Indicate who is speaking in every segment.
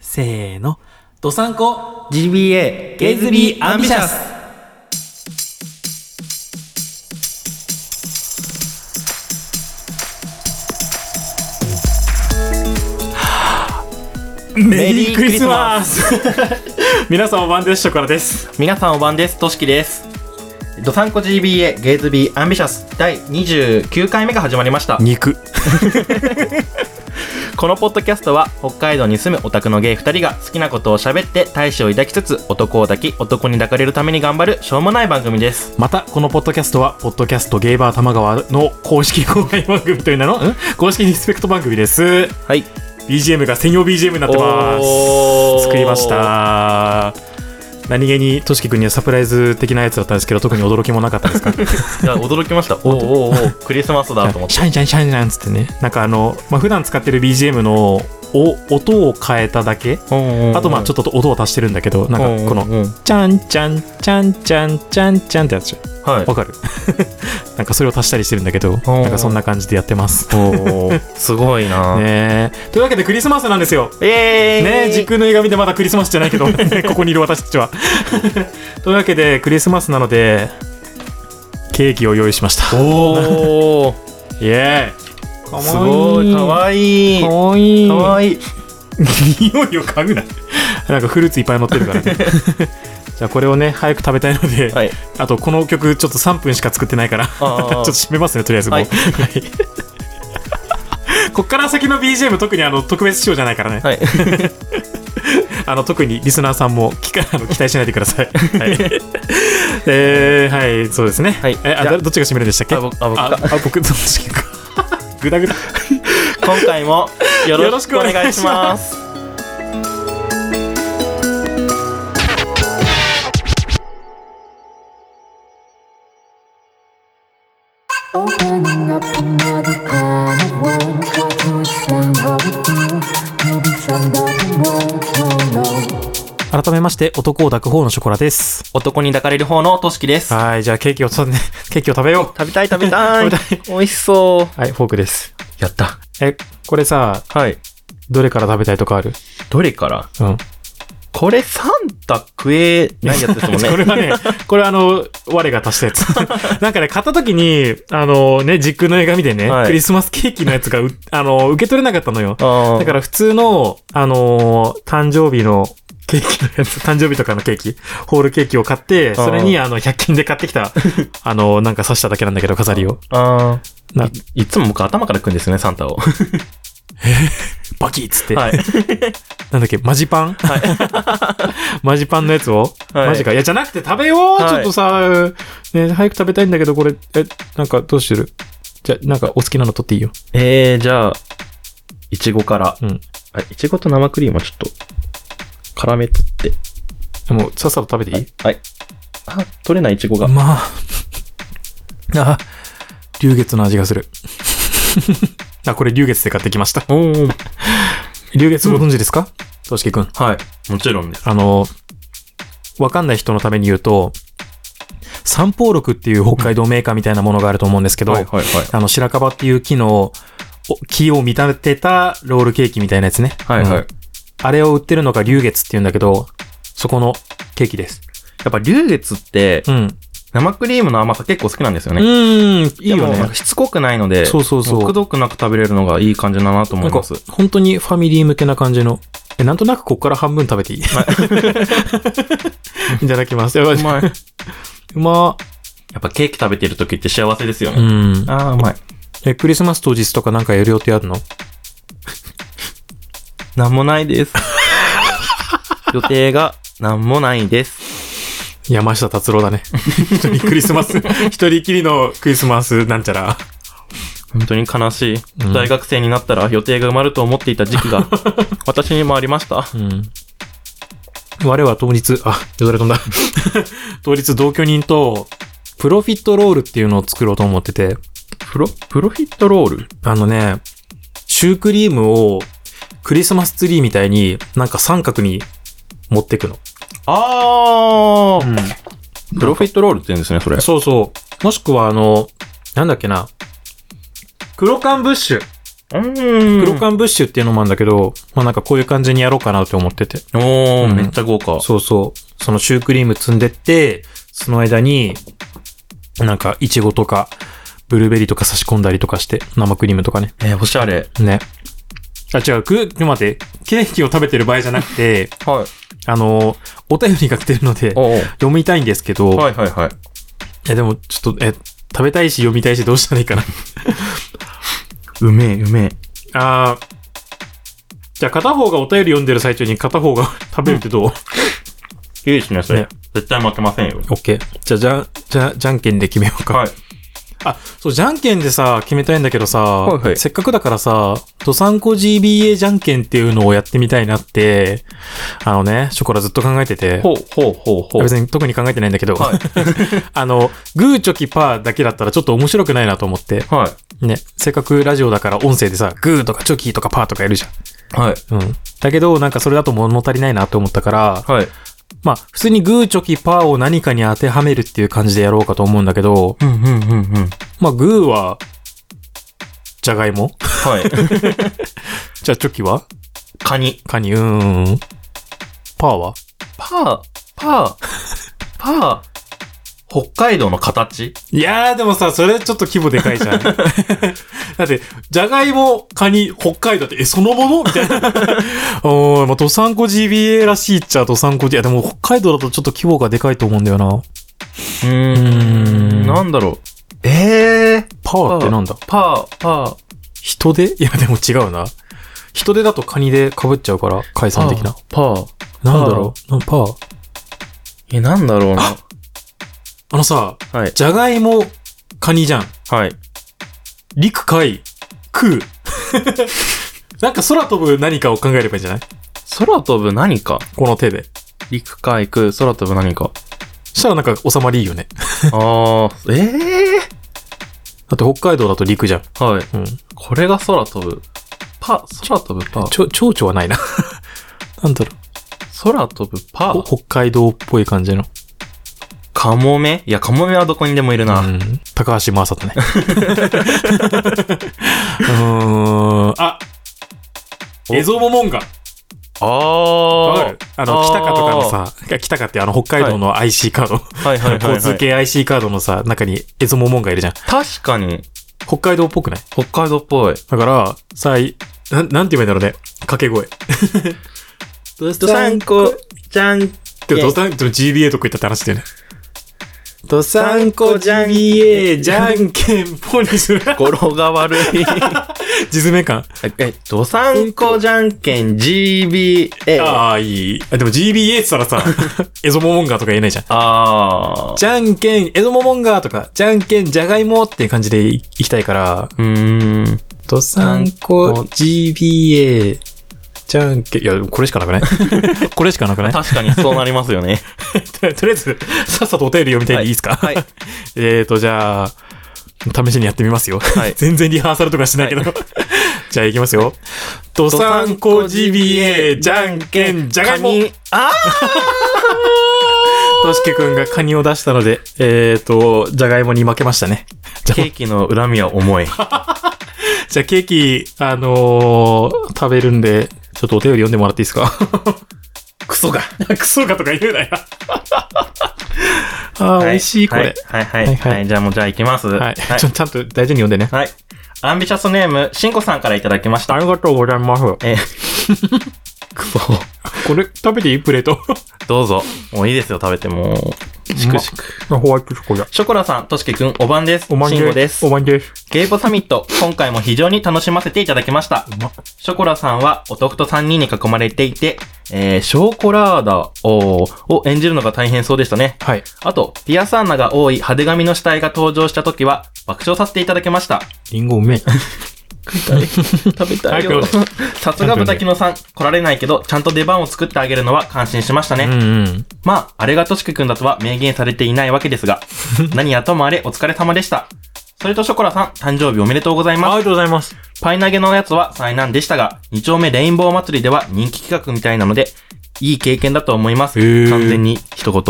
Speaker 1: せーの。ドサンコ
Speaker 2: GBA
Speaker 1: ゲイズビーアンビシャスメリークリスマス皆さんお晩です、ショコラです。
Speaker 2: 皆さんお晩ですとしきですドサンコ GBA ゲイズビーアンビシャス第29回目が始まりました
Speaker 1: 肉。
Speaker 2: このポッドキャストは北海道に住むオタクのゲイ2人が好きなことを喋って大志を抱きつつ男を抱き男に抱かれるために頑張るしょうもない番組です
Speaker 1: また、このポッドキャストは、ポッドキャストゲイバー玉川の公式公開番組という名の、ん公式リスペクト番組です。
Speaker 2: はい、
Speaker 1: BGM が専用 BGM になってま
Speaker 2: おー
Speaker 1: す作りました何気にとしき君にはサプライズ的なやつだったんですけど特に驚きもなかったですか
Speaker 2: いや驚きましたおおおおクリスマスだと思っ て
Speaker 1: シャンシャンシャンシャンっつってねなんかあの、まあ、普段使ってる BGM のお音を変えただけあとまあちょ
Speaker 2: っ
Speaker 1: っと音を足してるんだけどなん
Speaker 2: うんうんう
Speaker 1: か
Speaker 2: ん
Speaker 1: このチャンチャンチャンチャンチャンチャンってやつじゃん
Speaker 2: とはい
Speaker 1: わかるなんかそれを足したりしてるんだけど
Speaker 2: うん
Speaker 1: なんかそんな感じでやってます
Speaker 2: おー すごいな、
Speaker 1: ねえというわけでクリスマスなんですよ
Speaker 2: えー、
Speaker 1: ねえ、時空の映画見てまだクリスマスじゃないけど、ここにいる私たちは。というわけで、クリスマスなので、ケーキを用意しました。
Speaker 2: おお
Speaker 1: イエーイ
Speaker 2: すごいかわいい
Speaker 1: か
Speaker 2: か
Speaker 1: わいい。
Speaker 2: わいい
Speaker 1: 匂いを嗅ぐな。なんかフルーツいっぱい乗ってるからね。じゃあこれをね、早く食べたいので、
Speaker 2: はい
Speaker 1: あとこの曲ちょっと3分しか作ってない から、ち
Speaker 2: あー
Speaker 1: ょっと締めますね、とりあえずもう。
Speaker 2: はい
Speaker 1: はいこっから先の BGM 特にあの特別仕様じゃないからね。
Speaker 2: はい
Speaker 1: あの特にリスナーさんも期間あの期待しないでください。はい、 えー、はい、そうですね。
Speaker 2: はい
Speaker 1: えあ
Speaker 2: じゃあ
Speaker 1: どどっちが締めるんでしたっけ
Speaker 2: あ僕あ僕か
Speaker 1: あ僕どっち か。ぐだぐだ。
Speaker 2: 今回もよ
Speaker 1: よろ
Speaker 2: ろ
Speaker 1: し
Speaker 2: し
Speaker 1: く
Speaker 2: く
Speaker 1: お
Speaker 2: お
Speaker 1: 願
Speaker 2: 願
Speaker 1: い
Speaker 2: い
Speaker 1: し
Speaker 2: し
Speaker 1: ま
Speaker 2: ます
Speaker 3: Opening up another kind of world, try to explain how it feels to be summed up in words so low.
Speaker 1: 改めまして、男を抱く方のショコラです。
Speaker 2: 男に抱かれる方のとしきです
Speaker 1: はい、じゃあケーキをちょっとね、ケーキを食べよ
Speaker 2: 食べたい食べたい
Speaker 1: 食べ
Speaker 2: 美味しそう
Speaker 1: う。はい、フォークです。
Speaker 2: やった
Speaker 1: え、これさ、
Speaker 2: はい
Speaker 1: どれから食べたいとかある
Speaker 2: どれから
Speaker 1: うん。
Speaker 2: これサンタ食えないやつですもん ね
Speaker 1: これはね、これはあの、我が足したやつ。 なんかね、買った時に、あのね、実空の映画見てね、
Speaker 2: はい
Speaker 1: クリスマスケーキのやつがう、あの、受け取れなかったのよ。
Speaker 2: あ
Speaker 1: だからら普通の、あのー誕生日のケーキのやつ、 誕生日とかのケーキ、ホールケーキを買って、それにあの、100均で買ってきた、あのーなんか刺しただけなんだけど、飾りを。
Speaker 2: あ
Speaker 1: な、
Speaker 2: ーいつも僕頭から食うんですよねサンタを
Speaker 1: バキッつって、
Speaker 2: はい
Speaker 1: なんだっけ、マジパン、 マジパンのやつを、
Speaker 2: はい
Speaker 1: マジか。いや、じゃなくて食べよう、
Speaker 2: はい
Speaker 1: ちょっとさ、ね、早く食べたいんだけど、これ、え、なんかどうしてるじゃ、なんかお好きなの取っていいよ。
Speaker 2: えー、じゃあいちごから
Speaker 1: うん。
Speaker 2: あいちごと生クリームをちょっと絡めとって
Speaker 1: もう、さっさと食べていい、
Speaker 2: はいあ取れないいちごが
Speaker 1: まあ。あ、龍月の味がする。 あ、これ龍月で買ってきました。
Speaker 2: おー
Speaker 1: 龍月ご存知ですかとしきくん。
Speaker 2: はいもちろんです
Speaker 1: あの、わかんない人のために言うと、三宝録っていう北海道メーカーみたいなものがあると思うんですけど、
Speaker 2: はいはいはい
Speaker 1: あの、白樺っていう木の、お木を見立てたロールケーキみたいなやつね。
Speaker 2: はいはい、
Speaker 1: うんあれを売ってるのが龍月っていうんだけど、そこのケーキです。
Speaker 2: やっぱ龍月って
Speaker 1: うん。
Speaker 2: 生クリームの甘さ結構好きなんですよ
Speaker 1: う
Speaker 2: ね。
Speaker 1: ーん、いいよ
Speaker 2: でもなん
Speaker 1: ね
Speaker 2: か。しつこくないので、
Speaker 1: そうそうそう
Speaker 2: くどくなく食べれるのがいい感じだなと思
Speaker 1: ないんか
Speaker 2: ます。、
Speaker 1: 本当にファミリー向けな感じの。え、なんとなくここから半分食べ ていいいただきます。やばい。
Speaker 2: うまい。や
Speaker 1: うま
Speaker 2: っぱケーキ食べてる時って幸せですよ
Speaker 1: う
Speaker 2: ね。
Speaker 1: ん。
Speaker 2: ああ、うまい。
Speaker 1: え、クリスマス当日とかなんかやる予定あるの
Speaker 2: なんもない です。予定がなんもないです。
Speaker 1: 山下達郎だ ね。一人クリスマス、一人きりのクリスマスなんちゃら。
Speaker 2: 本当に悲しい。
Speaker 1: うん
Speaker 2: 大学生になったら予定が埋まると思っていた時期 が私にもありました。
Speaker 1: うん。我は当日、あ、よだれ飛ん だ。当日同居人と、プロフィットロールっていうのを作ろうと思ってて、
Speaker 2: プロ、プロフィットロール
Speaker 1: あのね、シュークリームをクリスマスツリーみたいになんか三角に持ってくの。
Speaker 2: ああ、プロフィットロールって言うんですね、それ。
Speaker 1: そうそう。もしくはあの、なんだっけな。黒缶ブッシュ。
Speaker 2: うん。
Speaker 1: 黒缶ブッシュっていうのもあるんだけど、まあなんかこういう感じにやろうかなって思ってて。
Speaker 2: おー、
Speaker 1: うん
Speaker 2: めっちゃ豪華。
Speaker 1: そうそう。そのシュークリーム積んでって、その間に、なんか、イチゴとか、ブルーベリーとか差し込んだりとかして、生クリームとかね。
Speaker 2: えー、おしゃれ。
Speaker 1: ね。あ、違う、く、ちょっと待って、ケーキを食べてる場合じゃなくて、
Speaker 2: はい。
Speaker 1: あの、お便りが来てるので、
Speaker 2: おう
Speaker 1: 読みたいんですけど、
Speaker 2: おうはいはいはい。
Speaker 1: え、でも、ちょっと、え、食べたいし読みたいしどうしたらいいかな。うめえ、うめえ。 あー、じゃあ片方がお便り読んでる最中に片方が食べるってどう、
Speaker 2: いいですね、それ
Speaker 1: ね。
Speaker 2: 絶対負けませんよ。
Speaker 1: オッケー。じゃあ、じゃ、じゃ、じゃんけんで決めようか。
Speaker 2: はい。
Speaker 1: あ、そう、じゃんけんでさ、決めたいんだけどさ、
Speaker 2: いはい
Speaker 1: せっかくだからさ、ドサンコ GBA じゃんけんっていうのをやってみたいなって、あのね、ショコラずっと考えてて、
Speaker 2: ほうほうほうほう。
Speaker 1: 別に特に考えてないんだけど、
Speaker 2: は
Speaker 1: あの、グーチョキパーだけだったらちょっと面白くないなと思って、
Speaker 2: は
Speaker 1: ね、せっかくラジオだから音声でさ、グーとかチョキとかパーとかやるじ
Speaker 2: い。はい。
Speaker 1: ゃん。うん。だけど、なんかそれだと物足りないなと思ったから、
Speaker 2: はい。
Speaker 1: まあ、普通にグーチョキパーを何かに当てはめるっていう感じでやろうかと思うんだけど、
Speaker 2: うんうんうんうん。
Speaker 1: まあ、グーは、じゃがいも
Speaker 2: はい。
Speaker 1: じゃあチョキは
Speaker 2: カニ。
Speaker 1: カニ、うーん。パーは
Speaker 2: パー、パー、パー、北海道の形
Speaker 1: いやー、でもさ、それちょっと規模でかいじゃん。 だって、じゃがいも、カニ、北海道って、え、そのものみたいな。 おー、まあ、ドサンコ GBA らしいっちゃ、ドサンコ G、いや、でも北海道だとちょっと規模がでかいと思うんだよな。
Speaker 2: うー
Speaker 1: ん
Speaker 2: なんだろう。えー。
Speaker 1: パワーってなんだ
Speaker 2: パー、パー、
Speaker 1: 人手 いや、でも違うな。人手だとカニで被っちゃうから、解散的な。。
Speaker 2: パー。
Speaker 1: なんだろうなパー。
Speaker 2: え、なんだろうな。
Speaker 1: あのさ、
Speaker 2: はい。
Speaker 1: じゃがいも、カニじゃん。
Speaker 2: はい。
Speaker 1: 陸海、空。 なんか空飛ぶ何かを考えればいいんじゃない
Speaker 2: 空飛ぶ何か
Speaker 1: この手で。
Speaker 2: 陸海空、空飛ぶ何か。
Speaker 1: そしたらなんか収まりいいよね。
Speaker 2: あー、え
Speaker 1: だって北海道だと陸じゃん。
Speaker 2: ー。はい。
Speaker 1: うん。
Speaker 2: これが空飛ぶ。パ、空飛ぶパ。
Speaker 1: ちょ、蝶々はないな。 なんだろ
Speaker 2: 空飛ぶパ
Speaker 1: う、お北海道っぽい感じの。
Speaker 2: カモメいや、カモメはどこにでもいるな。
Speaker 1: うん。高橋正人ね。 うーん。あ
Speaker 2: お
Speaker 1: エゾモモンガ。
Speaker 2: ああ
Speaker 1: わかるあの、
Speaker 2: あー
Speaker 1: 北かとかのさ、北かってあの北海道の IC カード。
Speaker 2: はいはいはい、
Speaker 1: 交
Speaker 2: は
Speaker 1: 通
Speaker 2: い。
Speaker 1: 系 IC カードのさ、中にエゾモモンガいるじゃん。
Speaker 2: 確かに、
Speaker 1: 北海道っぽくない
Speaker 2: 北海道っぽい。
Speaker 1: だから、さい、なん、なんて言えばいいんだろうね。掛け声。ドサンコ、
Speaker 2: じゃん。
Speaker 1: でもドサン、でも GBA とか言ったって話だよね。ド
Speaker 2: サンコじゃん
Speaker 1: GBA、じゃんけんぽにする。
Speaker 2: 語呂が悪 い。
Speaker 1: 地爪感。
Speaker 2: え、ドサンコじゃんけん GBA。あ
Speaker 1: ああ、いい。あ、でも GBA って言ったら さ、エゾモモンガとか言えないじゃん。
Speaker 2: あー。
Speaker 1: じゃんけん、エゾモモンガとか、じゃんけん、じゃがいもっていう感じでいいきたいから、
Speaker 2: うーん。
Speaker 1: ドサンコ GBA、じゃんけん、いや、これしかなくない これしかなくない
Speaker 2: 確かにそうなりますよね。
Speaker 1: とりあえず、さっさとお便り読みたいでいいですか
Speaker 2: はい。
Speaker 1: えーと、じゃあ、試しにやってみますよ。
Speaker 2: はい
Speaker 1: 全然リハーサルとかしないけど。 じゃあ、いきますよ。ドサンコ GBA、じゃんけん、じゃがいも。
Speaker 2: カニあ
Speaker 1: としきくんがカニを出したので、えーと、じゃがいもに負けましたね。
Speaker 2: ーケーキの恨みは 重い。
Speaker 1: じゃあ、ケーキ、あのー食べるんで、ちょっとお便り読んでもらっていいですか
Speaker 2: クソが。
Speaker 1: クソかとか言うなよ。 あー、美味しい、これ。
Speaker 2: はいはい
Speaker 1: は
Speaker 2: はいい。
Speaker 1: はい
Speaker 2: はいじゃあもうじゃあ行きます。
Speaker 1: はい。ちょ、ちゃんと大事に読んでね。
Speaker 2: はい。アンビシャスネーム、しんこさんからいただきました。
Speaker 1: ありがとうございます。
Speaker 2: えー、 くそ。
Speaker 1: これ、食べていいプレート。
Speaker 2: どうぞ。もういいですよ、食べてもう。しくしく。
Speaker 1: ホワイトチョコだ。
Speaker 2: ショコラさん、としきくん、おばんです。
Speaker 1: おまん
Speaker 2: し
Speaker 1: じ
Speaker 2: ん
Speaker 1: ゅ
Speaker 2: ご
Speaker 1: う
Speaker 2: です
Speaker 1: お。まんじゅう
Speaker 2: ゲイポサミット、今回も非常に楽しませていただきました。ショコラさんは、男と3人に囲まれていて、えー、ショコラーダをを演じるのが大変そうでしたね。
Speaker 1: はい。
Speaker 2: あと、ピアス穴が多い派手髪の死体が登場した時は、爆笑させていただきました。
Speaker 1: リンゴうめえ。
Speaker 2: 食べたいよ
Speaker 1: 早く読。
Speaker 2: さすが豚キノさん、来られないけど、ちゃんと出番を作ってあげるのは感心しましたね。
Speaker 1: うんうん。
Speaker 2: まあ、あれがとしくくんだとは明言されていないわけです が、何やともあれお疲れ様でした。それとショコラさん、誕生日おめでとうござい
Speaker 1: あり
Speaker 2: ま
Speaker 1: がとうございます。
Speaker 2: す。パイ投げのやつは災難でしたが、2丁目レインボー祭りでは人気企画みたいなので、いい経験だと思います。
Speaker 1: へー
Speaker 2: 完全に 一言。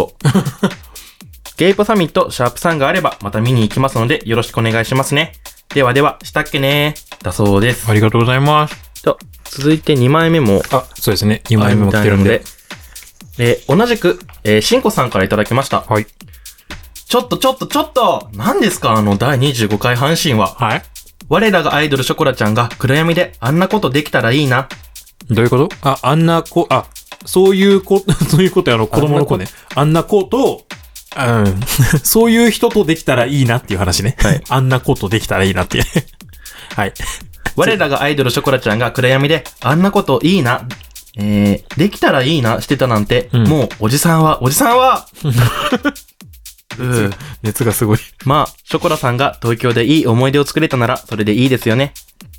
Speaker 2: ゲイポサミット、シャープさんがあれば、また見に行きますので、よろしくお願いしますね。ではでは、したっけねー。だそうです。
Speaker 1: ありがとうございます。
Speaker 2: と続いて2枚目も、
Speaker 1: あ、そうですね。2枚目も来てるんで。
Speaker 2: えー同じく、えー、しんこさんからいただきました。
Speaker 1: はい。
Speaker 2: ちょっとちょっとちょっと何ですかあの第25回阪神は。
Speaker 1: はい
Speaker 2: 我らがアイドルショコラちゃんが暗闇であんなことできたらいいな。
Speaker 1: どういうことあ、あんな子、あ、そういう子、 そういうことや、あの、子供の子ね。あんな子と、うん。 そういう人とできたらいいなっていう話ね。
Speaker 2: はい。
Speaker 1: あんな子とできたらいいなっていう。 はい。
Speaker 2: 我らがアイドルショコラちゃんが暗闇であんなこといいな。えー、できたらいいなしてたなんて、
Speaker 1: うん
Speaker 2: もうおじさんは、おじさんはうん。
Speaker 1: 熱がすごい。
Speaker 2: まあ、ショコラさんが東京でいい思い出を作れたなら、それでいいですよね。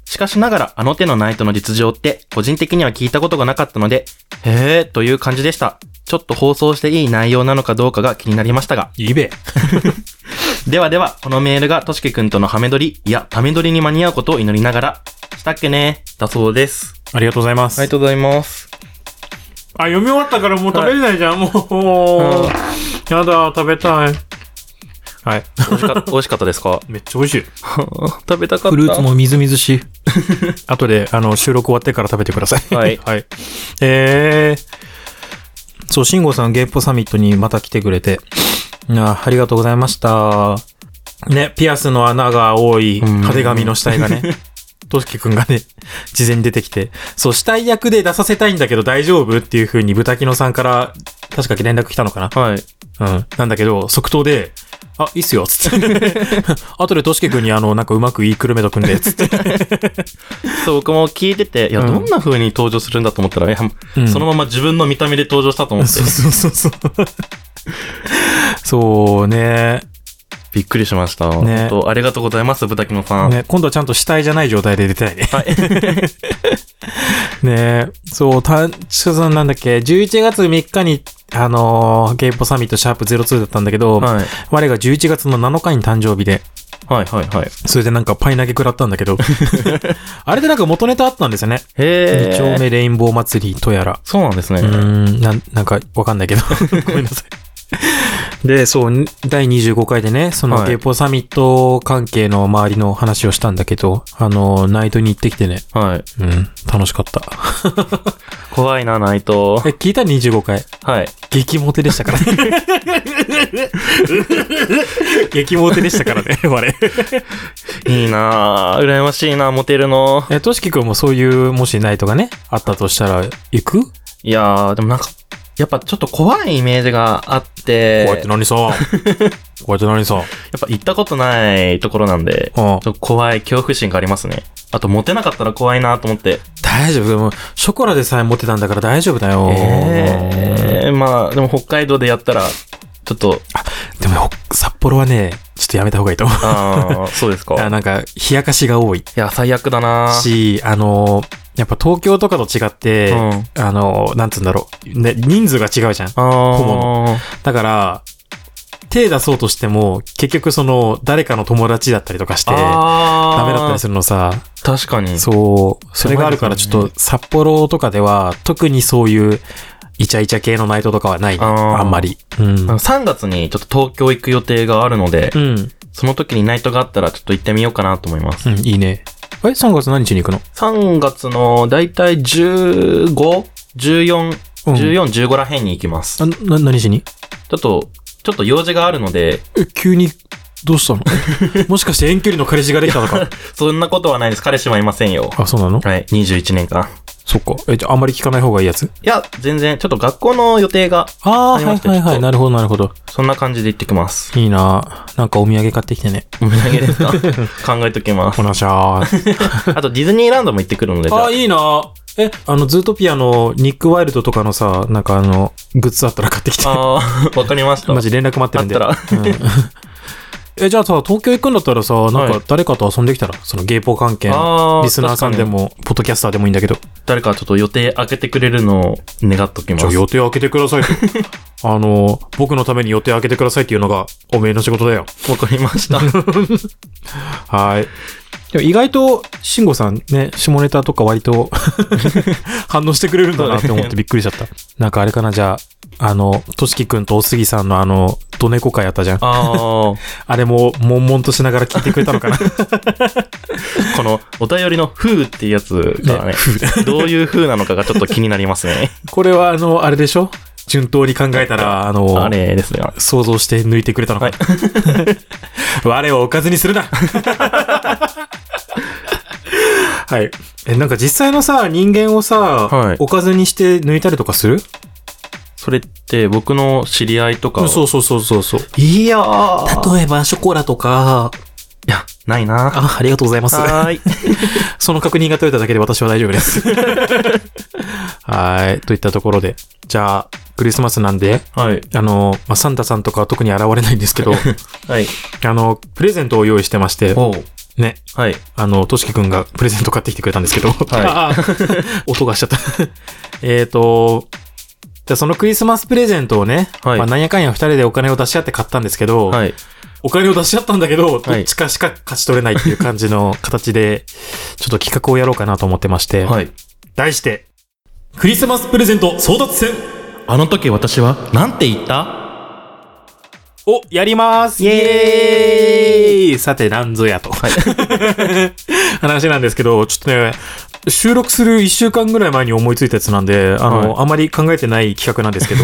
Speaker 2: しかしながら、あの手のナイトの実情って、個人的には聞いたことがなかったので、へーという感じでした。ちょっと放送していい内容なのかどうかが気になりましたが。
Speaker 1: いいべ。
Speaker 2: ではでは、このメールがとしきくんとのハメ撮り、いや、ため撮りに間に合うことを祈りながら、したっけねだそうです。
Speaker 1: ありがとうございます。
Speaker 2: ありがとうございます。
Speaker 1: あ、読み終わったからもう食べれないじゃん。も
Speaker 2: うん
Speaker 1: う、やだ、食べたい。はい。
Speaker 2: 美味しかった、美味しかったで すか
Speaker 1: めっちゃ美味しい。
Speaker 2: 食べたかった。
Speaker 1: フルーツ。もみずみず しい。後で、あの、収録終わってから食べてください。
Speaker 2: はい
Speaker 1: はい。えー。そう、慎吾さん、ゲーポサミットにまた来てくれて。あありがとうございました。ね、ピアスの穴が多い、
Speaker 2: ん
Speaker 1: 派手紙の死体がね。 としきくんがね、事前に出てきて、そう、死体役で出させたいんだけど大丈夫っていう風に、ブタキノさんから、確か連絡来たのかな
Speaker 2: はい。
Speaker 1: うん。なんだけど、即答で、あ、いいっすよ、つ って。あとで、としけくんに、あの、なんかうまくいいくるめとくんで、つって。
Speaker 2: そう、僕も聞いてて、いや、
Speaker 1: うん
Speaker 2: どんな風に登場するんだと思ったら、いや
Speaker 1: うん
Speaker 2: そのまま自分の見た目で登場したと思って
Speaker 1: そう、そうそうそう。そうね
Speaker 2: びっくりしました。
Speaker 1: ね
Speaker 2: 本当ありがとうございます、ブタキノさん。
Speaker 1: ね。今度はちゃんと死体じゃない状態で出たいね。 ねそう、た、ちかさんなんだっけ、11月3日に、あのーゲイポサミットシャープ02だったんだけど、
Speaker 2: はい。
Speaker 1: 我が11月の7日に誕生日で、
Speaker 2: はい、はい、はい。
Speaker 1: それでなんかパイ投げ食らったんだ けど、あれでなんか元ネタあったんですよね。
Speaker 2: へ
Speaker 1: 二
Speaker 2: え。
Speaker 1: 丁目レインボー祭りとやら。
Speaker 2: そうなんですね。
Speaker 1: うーん、なん、なんか、わかんない けど。ごめんなさい。で、そう、に第25回でね、その、
Speaker 2: はい
Speaker 1: ゲイポーサミット関係の周りの話をしたんだけど、あの、ナイトに行ってきてね、
Speaker 2: はい。
Speaker 1: うん、楽しかった。
Speaker 2: 怖いな、ナイト。
Speaker 1: え、聞いた ?25 回。
Speaker 2: はい。
Speaker 1: 激モテでしたからね。 激モテでしたからね、我。
Speaker 2: いいなぁ。羨ましいなモテるの。
Speaker 1: え、としきくんもそういう、もしナイトがね、あったとしたら、行く、
Speaker 2: いやー、でもなんか、やっぱちょっと怖いイメージがあって、
Speaker 1: こうやって何さ。こ うやって何さ。
Speaker 2: やっぱ行ったことないところなんで、ち
Speaker 1: うん
Speaker 2: ょっと怖い恐怖心がありますね。あと、モテなかったら怖いなと思って。
Speaker 1: 大丈夫。でも、ショコラでさえモテたんだから大丈夫だよ。
Speaker 2: えー、まあ、でも北海道でやったら、ちょっと、
Speaker 1: でも、ほ札幌はね、ちょっとやめた方がいいと思う。
Speaker 2: あーそうですか。
Speaker 1: あ
Speaker 2: い
Speaker 1: なんか、冷やかしが多い
Speaker 2: や、最悪だな
Speaker 1: し、あの、やっぱ東京とかと違って、
Speaker 2: うん
Speaker 1: あの、なんつうんだろう、ね、人数が違うじゃん。
Speaker 2: あー
Speaker 1: ホモだから、手出そうとしても、結局その、誰かの友達だったりとかして、ダ
Speaker 2: あー
Speaker 1: メだったりするのさ、
Speaker 2: 確かに。
Speaker 1: そう、それがあるからちょっと、札幌とかでは、特にそういう、イチャイチャ系のナイトとかはないね、
Speaker 2: あー
Speaker 1: あんまり。うん
Speaker 2: あ。の3月にちょっと東京行く予定があるので、
Speaker 1: うん。
Speaker 2: その時にナイトがあったらちょっと行ってみようかなと思います。
Speaker 1: うん、いいね。え、3月何日に行くの
Speaker 2: 3月のだいたい15、14、
Speaker 1: うん
Speaker 2: 14、15ら辺に行きます。
Speaker 1: あ、な、何しに
Speaker 2: ちょっと、ちょっと用事があるので、
Speaker 1: え、急に、どうしたの もしかして遠距離の彼氏ができたのか
Speaker 2: そんなことはないです。彼氏はいませんよ。
Speaker 1: あ、そうなの
Speaker 2: はい、21年間。
Speaker 1: そっか。え、じゃああんまり聞かない方がいいやつ
Speaker 2: いや、全然、ちょっと学校の予定が、
Speaker 1: あ
Speaker 2: あ
Speaker 1: ー、
Speaker 2: り
Speaker 1: は
Speaker 2: ま
Speaker 1: い
Speaker 2: した
Speaker 1: はいは
Speaker 2: きっ
Speaker 1: い。
Speaker 2: と
Speaker 1: なるほどなるほど。
Speaker 2: そんな感じで行ってきます。
Speaker 1: いいななんかお土産買ってきてね。
Speaker 2: お土産ですか 考えときます
Speaker 1: お。なしゃ ー。
Speaker 2: あと、ディズニーランドも行ってくるので、じゃ
Speaker 1: あ
Speaker 2: あ
Speaker 1: ー、いいなえ、あの、ズートピアのニックワイルドとかのさ、なんかあの、グッズあったら買ってきて。
Speaker 2: あー、わかりました。
Speaker 1: マジ連絡待ってるんで。
Speaker 2: あった
Speaker 1: うんえ、じゃあさ、東京行くんだったらさ、なん
Speaker 2: は
Speaker 1: か
Speaker 2: い
Speaker 1: 誰かと遊んできたら、そのゲイポー関係の
Speaker 2: あー
Speaker 1: リスナーさんで。
Speaker 2: 確かに
Speaker 1: も、ポッドキャスターでもいいんだけど。
Speaker 2: 誰かちょっと予定開けてくれるのを願っときま
Speaker 1: じゃあ
Speaker 2: す。
Speaker 1: 予定開けてくださいと。 あの、僕のために予定開けてくださいっていうのが、おめえの仕事だよ。
Speaker 2: わかりま した。
Speaker 1: はい。でも意外と、慎吾さんね、下ネタとか割 と、反応してくれ るんだなって思ってびっくりしちゃった。なんかあれかな、じゃあ、あの、としきくんとおすぎさんのあの、ドネコ会あったじゃん。あ
Speaker 2: ああ。
Speaker 1: れも、悶々としながら聞いてくれたのかな。
Speaker 2: このお便りの「風」っていうやつがね
Speaker 1: ねふ
Speaker 2: どういう風なのかがちょっと気になりますね
Speaker 1: これは、あの、あれでしょ順当に考えたら、あの、
Speaker 2: あれですが
Speaker 1: 想像して抜いてくれたのかな。 我をおかずにす るなはい。え、なんか実際のさ、人間をさ、
Speaker 2: はい
Speaker 1: おかずにして抜いたりとかする
Speaker 2: それって僕の知り合いとか
Speaker 1: うそうそうそうそう。
Speaker 2: いやー
Speaker 1: 例えば、ショコラとか、
Speaker 2: いやないな
Speaker 1: あ、ありがとうございます。
Speaker 2: は ーい
Speaker 1: その確認が取れただけで私は大丈夫です。 はい。といったところで。じゃあ、クリスマスなんで、
Speaker 2: はい
Speaker 1: あの、まあ、サンタさんとかは特に現れないんですけ ど、
Speaker 2: はい
Speaker 1: あの、プレゼントを用意してまして、
Speaker 2: おう
Speaker 1: ね、
Speaker 2: はい
Speaker 1: あの、としきくんがプレゼント買ってきてくれたんですけど、 ああ音がしちゃった。 えっと、じゃあそのクリスマスプレゼントをね、
Speaker 2: はい
Speaker 1: まあ、なんやかんや二人でお金を出し合って買ったんですけど、
Speaker 2: はい
Speaker 1: お金を出し合ったんだけど、どっちかしか勝ち取れないっていう感じの形で、ちょっと企画をやろうかなと思ってまして、
Speaker 2: はい
Speaker 1: 題して、クリスマスプレゼント争奪戦
Speaker 2: あの時私はなんて言った
Speaker 1: をやります
Speaker 2: イエ
Speaker 1: イエーイさて、なんぞやと。 話なんですけど、ちょっとね、収録する1週間ぐらい前に思いついたやつなんで、あの、
Speaker 2: はい
Speaker 1: あまり考えてない企画なんですけど。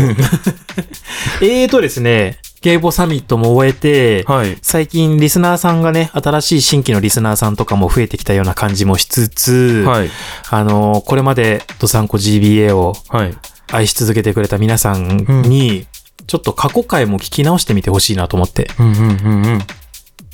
Speaker 1: えーとですね、ゲイボサミットも終えて、
Speaker 2: はい
Speaker 1: 最近リスナーさんがね、新しい新規のリスナーさんとかも増えてきたような感じもしつつ、
Speaker 2: はい
Speaker 1: あの、これまでドサンコ GBA を
Speaker 2: はい
Speaker 1: 愛し続けてくれた皆さんに、ちょっと過去回も聞き直してみてほしいなと思って、
Speaker 2: うんうんうんうん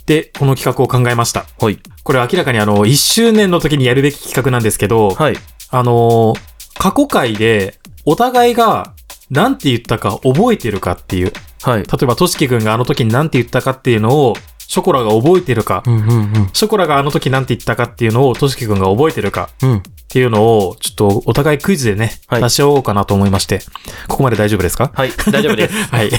Speaker 1: で、この企画を考えました。
Speaker 2: はい
Speaker 1: これ明らかにあの、1周年の時にやるべき企画なんですけど、
Speaker 2: はい
Speaker 1: あのー過去回で、お互いが、なんて言ったか覚えてるかっていう。
Speaker 2: はい
Speaker 1: 例えば、としきくんがあの時になんて言ったかっていうのを、ショコラが覚えてるか、
Speaker 2: うんうんうん
Speaker 1: ショコラがあの時なんて言ったかっていうのを、としきくんが覚えてるか
Speaker 2: うん
Speaker 1: っていうのを、ちょっとお互いクイズでね、
Speaker 2: はい
Speaker 1: 出し合おうかなと思いまして、ここまで大丈夫ですか
Speaker 2: はい大丈夫です
Speaker 1: はい。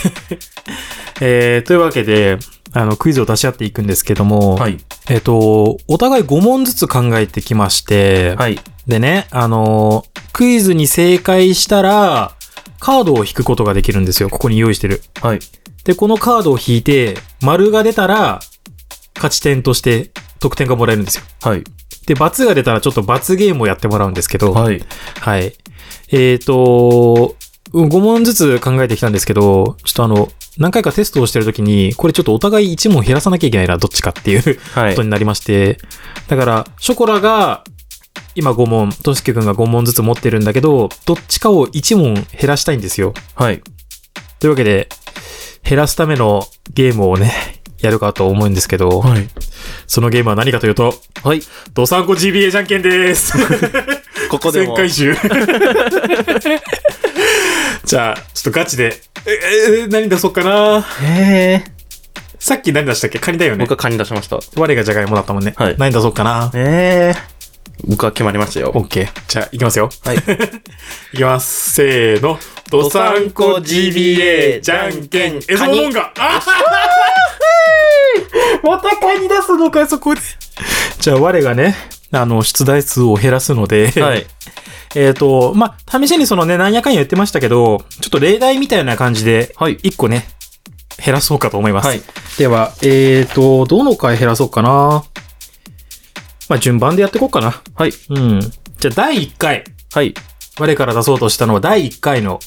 Speaker 1: えー、というわけで、あの、クイズを出し合っていくんですけども、
Speaker 2: はい
Speaker 1: えっ、と、お互い5問ずつ考えてきまして、
Speaker 2: はい
Speaker 1: でね、あのークイズに正解したら、カードを引くことができるんですよ。ここに用意してる。
Speaker 2: はい
Speaker 1: で、このカードを引いて、丸が出たら、勝ち点として得点がもらえるんですよ。
Speaker 2: はい
Speaker 1: で、罰が出たらちょっと罰ゲームをやってもらうんですけど、はい。
Speaker 2: はい
Speaker 1: えっ、と、5問ずつ考えてきたんですけど、ちょっとあの、何回かテストをしてるときに、これちょっとお互い1問減らさなきゃいけないな、どっちかっていう。
Speaker 2: は
Speaker 1: こと
Speaker 2: い
Speaker 1: になりまして、だから、ショコラが、今5問、としきくんが5問ずつ持ってるんだけど、どっちかを1問減らしたいんですよ。
Speaker 2: はい
Speaker 1: というわけで、減らすためのゲームをね、やるかと思うんですけど、
Speaker 2: はい
Speaker 1: そのゲームは何かというと、
Speaker 2: はい
Speaker 1: ドサンコ GBA じゃんけんです。
Speaker 2: ここで
Speaker 1: 全
Speaker 2: も
Speaker 1: 回 収。じゃあ、ちょっとガチで、え、え何出そうかな
Speaker 2: へえ
Speaker 1: さっき何出したっけカニだよね
Speaker 2: 僕。はカニ出しました
Speaker 1: 我がジャガイモだったもんね。
Speaker 2: はい
Speaker 1: 何出そうかな
Speaker 2: ええ僕は決まりましたよ。
Speaker 1: オッケー。じゃあ、いきますよ。
Speaker 2: は い。
Speaker 1: いきます。せーの。ドサンコ GBA じゃんけん。エゾモモンガあ またカニ出すのかよ、そこで。じゃあ、我がね、あの、出題数を減らすので、
Speaker 2: はい。
Speaker 1: えっと、まあ、試しにそのね、なんやかんや言ってましたけど、ちょっと例題みたいな感じで、
Speaker 2: はい
Speaker 1: 一個ね、減らそうかと思います。
Speaker 2: はい。
Speaker 1: では、えっ、と、どの回減らそうかな。まあ、順番でやっていこうかな。
Speaker 2: はい。
Speaker 1: うん。じゃあ、第1回。
Speaker 2: はい。
Speaker 1: 我から出そうとしたのは第1回の、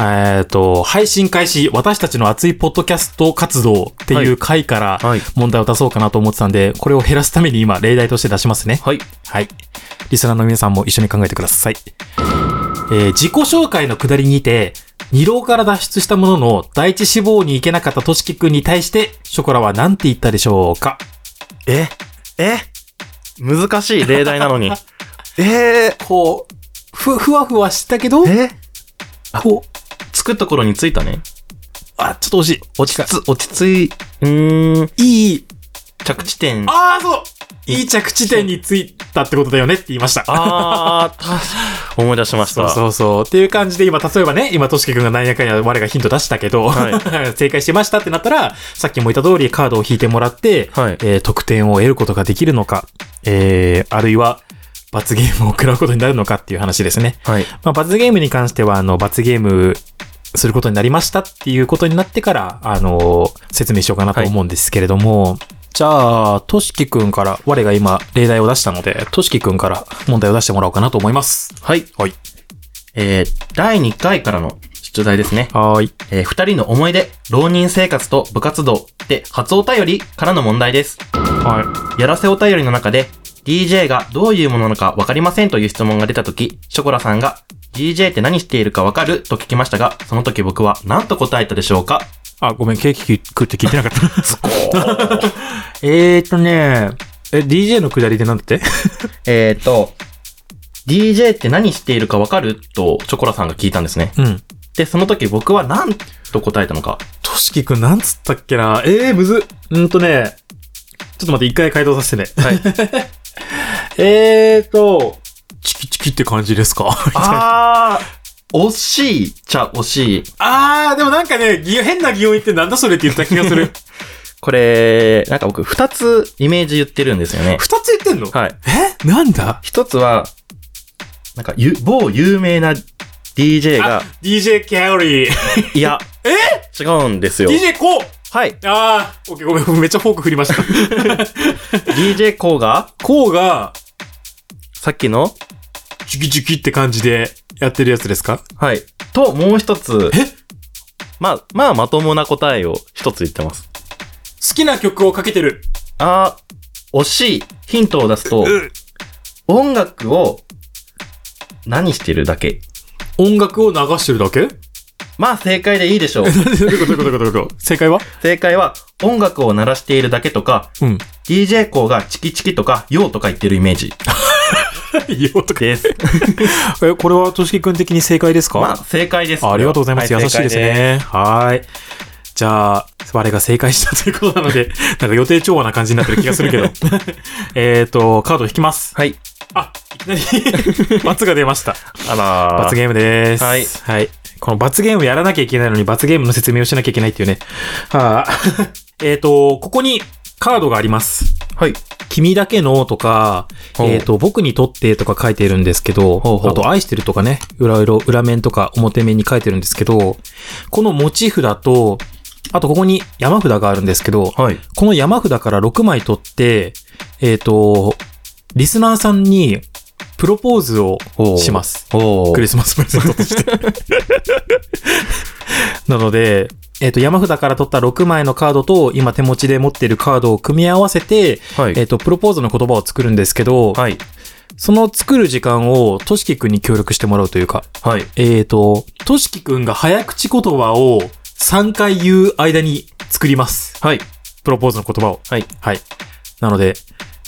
Speaker 1: えっ、と、配信開始、私たちの熱いポッドキャスト活動っていう回から
Speaker 2: はい
Speaker 1: 問題を出そうかなと思ってたんで、これを減らすために今、例題として出しますね。
Speaker 2: はい。
Speaker 1: はい。リスナーの皆さんも一緒に考えてください。えー自己紹介の下りにて、二郎から脱出したものの、第一志望に行けなかったとしきくんに対して、ショコラは何て言ったでしょうか
Speaker 2: え、え、難しい例題なのに。 え
Speaker 1: こう、ふ、ふわふわしたけど
Speaker 2: ー、、え、
Speaker 1: こう、
Speaker 2: つくところについたね。
Speaker 1: あ、ちょっと惜しい。
Speaker 2: 落ちつ、落ち着い、うーん、
Speaker 1: いい
Speaker 2: 着地点。
Speaker 1: ああ、そういい着地点についたってことだよねって言いました。
Speaker 2: あー、確か思い出しまし
Speaker 1: そ
Speaker 2: た。
Speaker 1: うそうそう。っていう感じで今、例えばね、今、としきくんが何やかんや我がヒント出したけど、
Speaker 2: は
Speaker 1: 正解してましたってなったら、さっきも言った通りカードを引いてもらって、
Speaker 2: はい
Speaker 1: えー得点を得ることができるのか、えー、あるいは、罰ゲームを食らうことになるのかっていう話ですね。
Speaker 2: はい。
Speaker 1: まあ、罰ゲームに関しては、あの、罰ゲームすることになりましたっていうことになってから、あのー説明しようかなと
Speaker 2: はい
Speaker 1: 思うんですけれども、じゃあ、としきくんから、我が今、例題を出したので、としきくんから問題を出してもらおうかなと思います。
Speaker 2: はい。
Speaker 1: はい。
Speaker 2: えー、第2回からの出題ですね。
Speaker 1: はーい。
Speaker 2: えー、二人の思い出、浪人生活と部活動で初お便りからの問題です。
Speaker 1: は
Speaker 2: やらせお便りの中で、DJ がどういうものなのかわかりませんという質問が出たとき、ショコラさんが、DJ って何しているかわかると聞きましたが、その時僕は何と答えたでしょうか
Speaker 1: い。あ、ごめん、ケーキ食って聞いてなかった。 すごえーとね、え、DJ のくだりでなんだって
Speaker 2: えーと、DJ って何しているかわかると、ショコラさんが聞いたんですね。
Speaker 1: うん。
Speaker 2: で、その時僕は何と答えた のか。
Speaker 1: としきくん、なんつったっけなえー、むずっ。んーとね、ちょっと待って、一回回答させてね。
Speaker 2: はい。
Speaker 1: えーと、チキチキって感じです か
Speaker 2: あー、惜しいちゃ惜しい。
Speaker 1: あー、でもなんかね、ぎ変な擬音言ってなんだそれって言った気がす る。
Speaker 2: これ、なんか僕、二つイメージ言ってるんですよね。
Speaker 1: 二つ言ってんの
Speaker 2: はい。
Speaker 1: えなんだ
Speaker 2: 一つは、なんか、ゆ某有名な DJ が
Speaker 1: あ、DJ キャリー。
Speaker 2: いや、
Speaker 1: え
Speaker 2: 違うんですよ。
Speaker 1: DJ コウ
Speaker 2: はい。
Speaker 1: あー、オッケーごめん、めっちゃフォーク振りま した。
Speaker 2: DJ コウが、
Speaker 1: コウが、
Speaker 2: さっきの、
Speaker 1: チキチキって感じでやってるやつですか
Speaker 2: はい。と、もう一つ、
Speaker 1: え
Speaker 2: まあ、まあ、まともな答えを一つ言ってます。
Speaker 1: 好きな曲をかけてる。
Speaker 2: あー、惜しい。ヒントを出すと、
Speaker 1: うん
Speaker 2: 音楽を、何してるだけ。
Speaker 1: 音楽を流してるだけ
Speaker 2: まあ、正解でいいでしょう。
Speaker 1: どういうことどういうことどういうこと正解は
Speaker 2: 正解は、音楽を鳴らしているだけとか、
Speaker 1: うん。
Speaker 2: DJ コウがチキチキとか、ヨウとか言ってるイメージ
Speaker 1: いいよとか。
Speaker 2: です。
Speaker 1: え、これは、としきくん的に正解ですか
Speaker 2: まあ、正解です。
Speaker 1: ありがとうございます。
Speaker 2: は
Speaker 1: 優しいです。
Speaker 2: 正解
Speaker 1: ね。はい。じゃあ、我が正解したということなので、 なんか予定調和な感じになってる気がするけ ど。えっと、カード引きます。
Speaker 2: はい。
Speaker 1: あ、いきな り、罰が出ました。
Speaker 2: あら
Speaker 1: 罰
Speaker 2: ー。
Speaker 1: ゲームです。
Speaker 2: はい
Speaker 1: はい。この罰ゲームやらなきゃいけないのに、罰ゲームの説明をしなきゃいけないっていうね。はあ、 えっと、ここにカードがあります。
Speaker 2: はい。
Speaker 1: 君だけのとか、
Speaker 2: ほう
Speaker 1: えっ、と、僕にとってとか書いてるんですけど、
Speaker 2: ほうほう
Speaker 1: あと愛してるとかね、いろいろ裏面とか表面に書いてるんですけど、この持ち札と、あとここに山札があるんですけど、
Speaker 2: はい。
Speaker 1: この山札から6枚取って、えっ、と、リスナーさんにプロポーズを
Speaker 2: おー
Speaker 1: します。
Speaker 2: お
Speaker 1: クリスマスプレゼントとして。 なので、えっ、と、山札から取った6枚のカードと、今手持ちで持ってるカードを組み合わせて、
Speaker 2: はい
Speaker 1: えっ、と、プロポーズの言葉を作るんですけど、
Speaker 2: はい。
Speaker 1: その作る時間を、としきくんに協力してもらうというか、
Speaker 2: はい。
Speaker 1: えっ、と、としきくんが早口言葉を3回言う間に作ります。
Speaker 2: はい。
Speaker 1: プロポーズの言葉を。
Speaker 2: はい。
Speaker 1: はい。なので、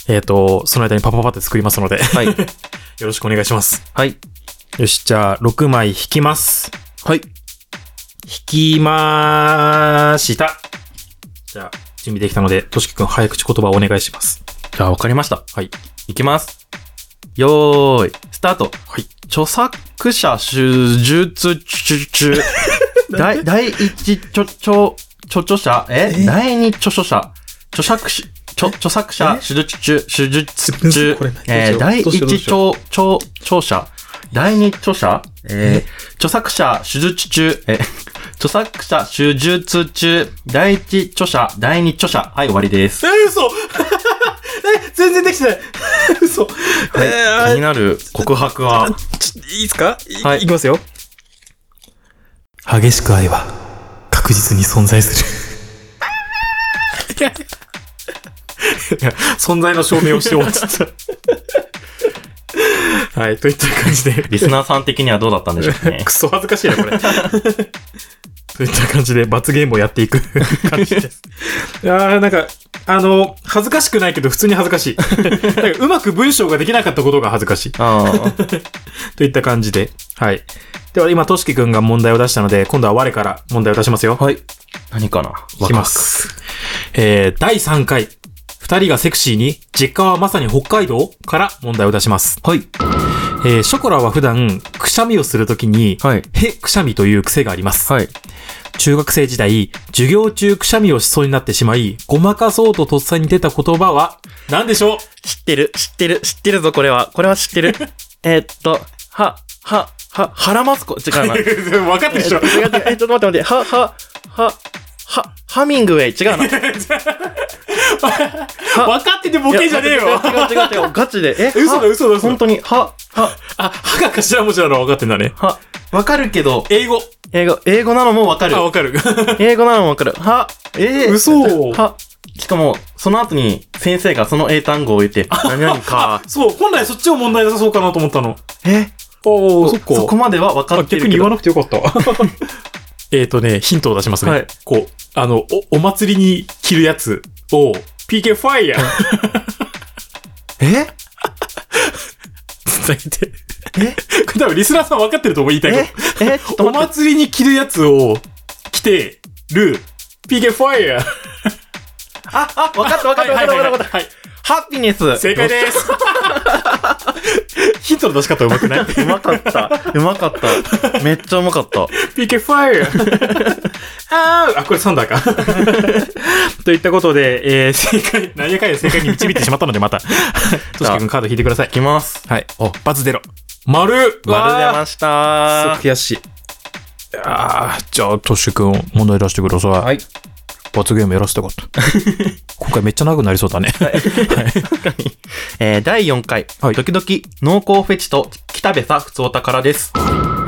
Speaker 1: えっ、と、その間にパパパって作りますので、
Speaker 2: はい。
Speaker 1: よろしくお願いします。
Speaker 2: はい。
Speaker 1: よし、じゃあ、6枚引きます。
Speaker 2: はい。
Speaker 1: 引きまーした。じゃあ、準備できたので、としきくん早口言葉をお願いします。
Speaker 2: じゃあ、わかりました。
Speaker 1: はい。
Speaker 2: いきます。よーい、スタート。
Speaker 1: はい。
Speaker 2: 著作者手術中中。第、第一著、著、著著者、え
Speaker 1: え
Speaker 2: 第二著書者。著作し、著、著作者手術中、手術中
Speaker 1: これ何。
Speaker 2: え
Speaker 1: どうしよ
Speaker 2: ー
Speaker 1: う
Speaker 2: 第
Speaker 1: どうしようどう
Speaker 2: 一
Speaker 1: しよ
Speaker 2: 著、著、著者。第二著者、えー著作者手術中、え、 著作者手術中。第一著者、第二著者。はい、終わりです。
Speaker 1: え
Speaker 2: は
Speaker 1: ー、嘘 え、全然できてない 嘘
Speaker 2: い。気になる告白は。
Speaker 1: ちょいいですか
Speaker 2: はい
Speaker 1: きますよ。激しく愛は、確実に存在す る。いや存在の証明をして終わっちゃった。 はい、といった感じで、
Speaker 2: リスナーさん的にはどうだったんでしょうか ね
Speaker 1: く。そ恥ずかしいな、これ。といった感じで、罰ゲームをやってい く感じです。いやーなんか、あの、恥ずかしくないけど、普通に恥ずかしい。 なんかうまく文章ができなかったことが恥ずかしい。
Speaker 2: ああ。
Speaker 1: といった感じで。はい。では、今、としきくんが問題を出したので、今度は我から問題を出しますよ。
Speaker 2: はい。何かない
Speaker 1: きま。す。えー、第3回。二人がセクシーに、実家はまさに北海道から問題を出します。
Speaker 2: はい。
Speaker 1: えー、ショコラは普段、くしゃみをするときに、
Speaker 2: はい。
Speaker 1: へ、くしゃみという癖があります。
Speaker 2: はい。
Speaker 1: 中学生時代、授業中くしゃみをしそうになってしまい、ごまかそうととっさに出た言葉は、何でしょう
Speaker 2: 知ってる、知ってる、知ってるぞ、これは。これは知ってる。えーっと、は、は、は、腹マスコ、違う な。
Speaker 1: 分かってる
Speaker 2: え
Speaker 1: で
Speaker 2: っ
Speaker 1: し
Speaker 2: と、
Speaker 1: ょ
Speaker 2: 違う違うえっと、待って待って、は、は、は、は、ハミングウェイ、違うな。
Speaker 1: 分かって てボケじゃねえよ
Speaker 2: いや違う違う違う違う、ガチで。え、
Speaker 1: え嘘だ
Speaker 2: は
Speaker 1: 嘘だ嘘だ
Speaker 2: 本当に、は、は、
Speaker 1: あ、歯が頭文字なの分かってんだね。
Speaker 2: は、わかるけど、
Speaker 1: 英語。
Speaker 2: 英語、英語なのもわかる
Speaker 1: あ、。分かる。
Speaker 2: 英語なのもわかる。は、えー、
Speaker 1: 嘘
Speaker 2: は、しかも、その後に先生がその英単語を言って、何々か、
Speaker 1: そう、本来そっちも問題なさそうかなと思ったの。
Speaker 2: え、
Speaker 1: お
Speaker 2: そこまでは分か
Speaker 1: あ、
Speaker 2: って
Speaker 1: 逆
Speaker 2: るけど。
Speaker 1: に言わなくてよかった。 えっとね、ヒントを出しますね。
Speaker 2: はい
Speaker 1: こう、あの、お、お祭りに着るやつを、PK ファイヤー
Speaker 2: え
Speaker 1: 伝えて。え これ多分リスナーさん分かってると思う、言いたい
Speaker 2: え
Speaker 1: こ
Speaker 2: えちょっ
Speaker 1: と。
Speaker 2: と
Speaker 1: お
Speaker 2: 待って。
Speaker 1: 祭りに着るやつを着てる、PK ファイヤー。
Speaker 2: あ、あ、分かった分かった分かった分かった分かった。
Speaker 1: はい。
Speaker 2: ハッピネス
Speaker 1: 正解です。ヒントの出し方うまく ない
Speaker 2: うまかった。うまかった。めっちゃうまかった。
Speaker 1: PK ファイヤー あーあ、これサンダーか。 といったことで、えー、 正解、何やかんや正解に導いてしまったので、また。としきくんカード引いてください
Speaker 2: い。きます。
Speaker 1: はい。お、バツゼロ。丸
Speaker 2: 丸出ま
Speaker 1: し
Speaker 2: した。
Speaker 1: 悔しい。あーじゃあ、としきくん、問題出してください。
Speaker 2: はい。
Speaker 1: 罰ゲームやらせたか った。今回めっちゃ長くなりそうだね。
Speaker 2: えー第4回、
Speaker 1: はい
Speaker 2: 時々濃厚フェチと北部さふつおたからです。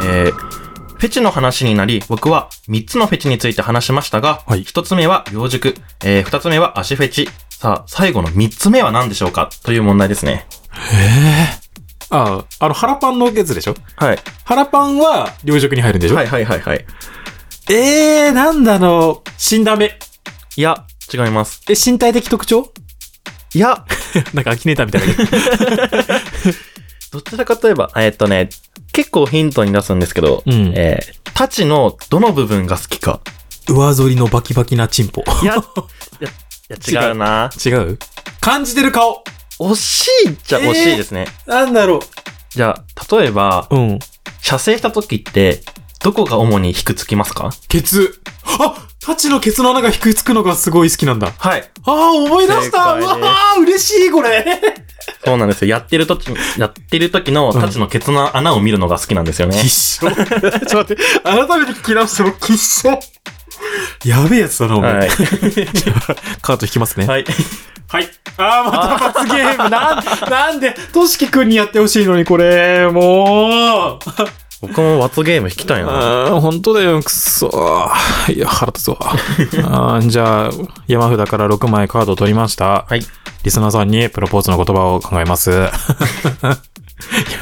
Speaker 2: えーフェチの話になり、僕は3つのフェチについて話しましたが、
Speaker 1: はい
Speaker 2: 1つ目は洋塾、え2つ目は足フェチ、さあ、最後の3つ目は何でしょうかという問題ですね。
Speaker 1: あーあの、腹パンのやつでしょ
Speaker 2: はい。
Speaker 1: 腹パンは、両軸に入るんでしょ、
Speaker 2: はいはいはいはい。
Speaker 1: えー、なんだろう。死んだ目。
Speaker 2: いや、違います。
Speaker 1: え、身体的特徴
Speaker 2: いや、
Speaker 1: なんかアキネーターみたいな。
Speaker 2: どちらかといえば、えーっとね、結構ヒントに出すんですけど、
Speaker 1: うん
Speaker 2: えータチのどの部分が好きか。
Speaker 1: 上反りのバキバキなチンポ。
Speaker 2: いや、いや、い や違うな
Speaker 1: 違う感じてる顔
Speaker 2: 惜しいっちゃ惜しいですね。
Speaker 1: なんだろ
Speaker 2: じゃあ、例えば、
Speaker 1: う。うん。
Speaker 2: 射精した時って、どこが主に引くつきますか
Speaker 1: ケツ。あタチのケツの穴が低いつくのがすごい好きなんだ。
Speaker 2: はい。
Speaker 1: ああ、思い出した
Speaker 2: 正解
Speaker 1: う
Speaker 2: です
Speaker 1: わあ、嬉しい、これ
Speaker 2: そうなんですよ。やってる時に、やってる時の、タチのケツの穴を見るのが好きなんです よね。
Speaker 1: 必勝。 ちょっと待って、改めて聞き直しても必勝。やべえやつだな、お前。
Speaker 2: はい。
Speaker 1: カート引きますね。
Speaker 2: はい。
Speaker 1: はい。ああ、また罰ゲーム。なん、なんで、としきくんにやってほしいのに、これ、もう。
Speaker 2: 僕も罰ゲーム引きたいな。
Speaker 1: あー本当だよ、くっそー。いや、腹立つ わ。あーじゃあ、山札から6枚カードを取りました。
Speaker 2: はい。
Speaker 1: リスナーさんにプロポーズの言葉を考えます。 や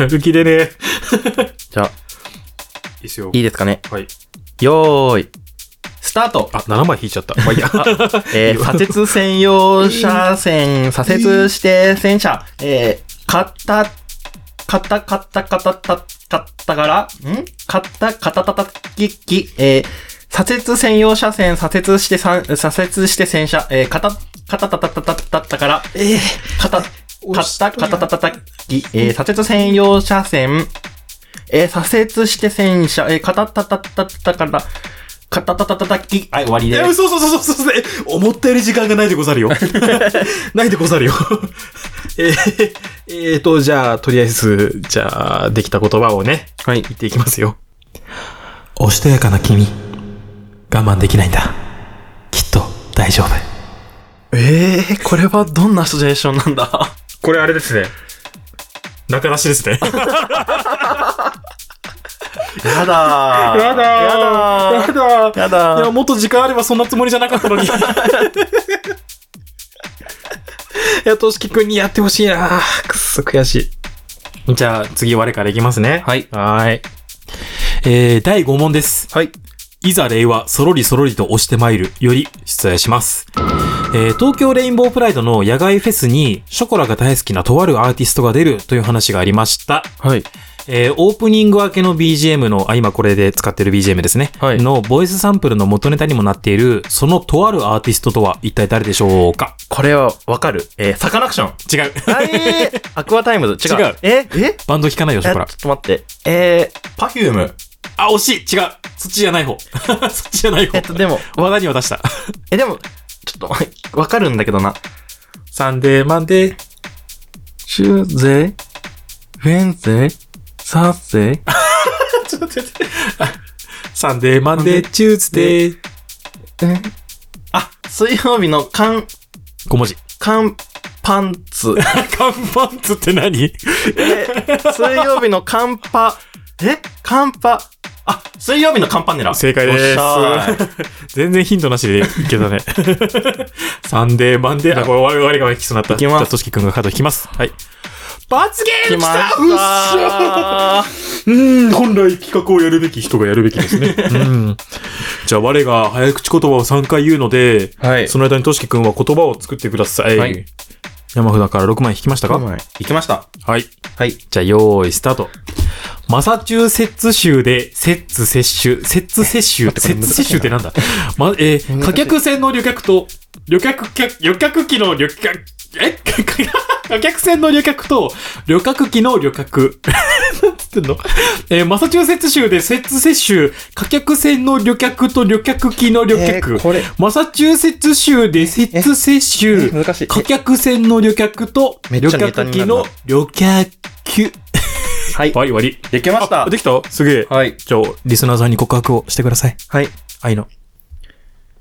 Speaker 1: る気でね。
Speaker 2: じゃあ、
Speaker 1: いいですよ
Speaker 2: いいですかね。
Speaker 1: はい。
Speaker 2: よーい。スタート
Speaker 1: あ、7枚引いちゃった。まあ いいや。
Speaker 2: えー、左折専用車線、左折して線車、えー、かった、かった、かった、かった、かった、かったから、んかった、かたたたきき、えー、左折専用車線、左折してさん、左折して線車、えー、かた、かたたたたたたたから、えー、かた、かった、かたたたたき、えー、左折専用車線、えー、左折して線車、えー、かたたたたたから、かたたたたたき、はい、終わり
Speaker 1: い
Speaker 2: です
Speaker 1: や、。そうそうそうそうそう。え思ったより時間がないでご ざるよ。ないでござるよ。えー、えーと、じゃあ、とりあえず、じゃあ、できた言葉をね、
Speaker 2: はい
Speaker 1: 言っていきますよ。おしとやかな君、我慢できないんだ。きっと大丈夫。
Speaker 2: ええこれはどんなシチュエーションなんだ
Speaker 1: これあれですね。中出しですね。
Speaker 2: やだー
Speaker 1: やだ
Speaker 2: やだー
Speaker 1: だ
Speaker 2: や
Speaker 1: い
Speaker 2: だ
Speaker 1: や、
Speaker 2: ー
Speaker 1: もっと時間あればそんなつもりじゃなかったの に。いや、としきくんにやってほしいなくっそ悔しい。じゃあ、次我からいきますね。
Speaker 2: はい
Speaker 1: はーい。えー、第5問です。
Speaker 2: はい。
Speaker 1: いざ令和、そろりそろりと押してまいるより出題します。えー東京レインボープライドの野外フェスにショコラが大好きなとあるアーティストが出るという話がありました。
Speaker 2: はい。
Speaker 1: えーオープニング明けの BGM の、あ、今これで使ってる BGM ですね。
Speaker 2: はい
Speaker 1: の、ボイスサンプルの元ネタにもなっている、そのとあるアーティストとは一体誰でしょうか
Speaker 2: これはわかる。えー、サカナクション。
Speaker 1: 違う。
Speaker 2: えー、アクアタイムズ。違う。
Speaker 1: 違う
Speaker 2: ええ
Speaker 1: バンド聞かないよ、
Speaker 2: え
Speaker 1: ショ
Speaker 2: ー
Speaker 1: コ
Speaker 2: ちょ
Speaker 1: ラ
Speaker 2: っ。と待って。えー、パフューム。
Speaker 1: あ、惜しい違うそっちじゃない方。 そっちじゃない方。
Speaker 2: えっと、でも、
Speaker 1: 話題には出した。
Speaker 2: え、でも、ちょっと、 わかるんだけどな。
Speaker 1: サンデー、マンデー。
Speaker 2: チューゼイ、ウェンゼイ、サーゼイ、
Speaker 1: ちょっと待って。サンデー、マンデー、チューズデー。
Speaker 2: あ、水曜日の缶、
Speaker 1: 5文字。
Speaker 2: 缶パンツ。
Speaker 1: 看板つって何
Speaker 2: え、水曜日のカンパ、えカンパ、あ、水曜日のカンパネラ。
Speaker 1: 正解です
Speaker 2: おっしゃーい。
Speaker 1: 全然ヒントなしでいけ たね。サンデー、マンデー。あ、これ終わりが来そうになった。
Speaker 2: いきます
Speaker 1: じゃあ、としきくんがカード引きます。はい。罰ゲーム
Speaker 2: 来ま
Speaker 1: 来た
Speaker 2: した
Speaker 1: うーん、本来企画をやるべき人がやるべきですね。うん。じゃあ、我が早口言葉を3回言うので、
Speaker 2: はい
Speaker 1: その間にとしきくんは言葉を作ってください。
Speaker 2: はい
Speaker 1: 山札から6枚引きましたか
Speaker 2: ー。行きました。
Speaker 1: はい。
Speaker 2: はい。
Speaker 1: じゃあ、用意スタート。マサチューセッツ州で、セッツ摂取、セッツ摂取、
Speaker 2: 待
Speaker 1: セ
Speaker 2: ってこれ
Speaker 1: ッ
Speaker 2: 難しい
Speaker 1: ツ
Speaker 2: な
Speaker 1: 摂取ってなんだま、えー
Speaker 2: 難しい
Speaker 1: 貨客船の旅客と、旅客客、旅客機の旅客、え 貨客船の旅客と、旅客機の旅客。なんつってんのえーマサチューセッツ州で、セッツ摂取、貨客船の旅客と旅客機の旅客。
Speaker 2: えーこれ
Speaker 1: マサチューセッツ州で、セッツ摂取、
Speaker 2: 難しい。
Speaker 1: 貨客船の旅客と、
Speaker 2: めっ
Speaker 1: 旅
Speaker 2: ちゃネタ
Speaker 1: 客
Speaker 2: にな
Speaker 1: 機
Speaker 2: るな
Speaker 1: の旅客。
Speaker 2: はい。
Speaker 1: はい、終わり。
Speaker 2: できました
Speaker 1: あ。できたすげえ。
Speaker 2: はい。
Speaker 1: じゃあ、リスナーさんに告白をしてください。
Speaker 2: はい。
Speaker 1: 愛の。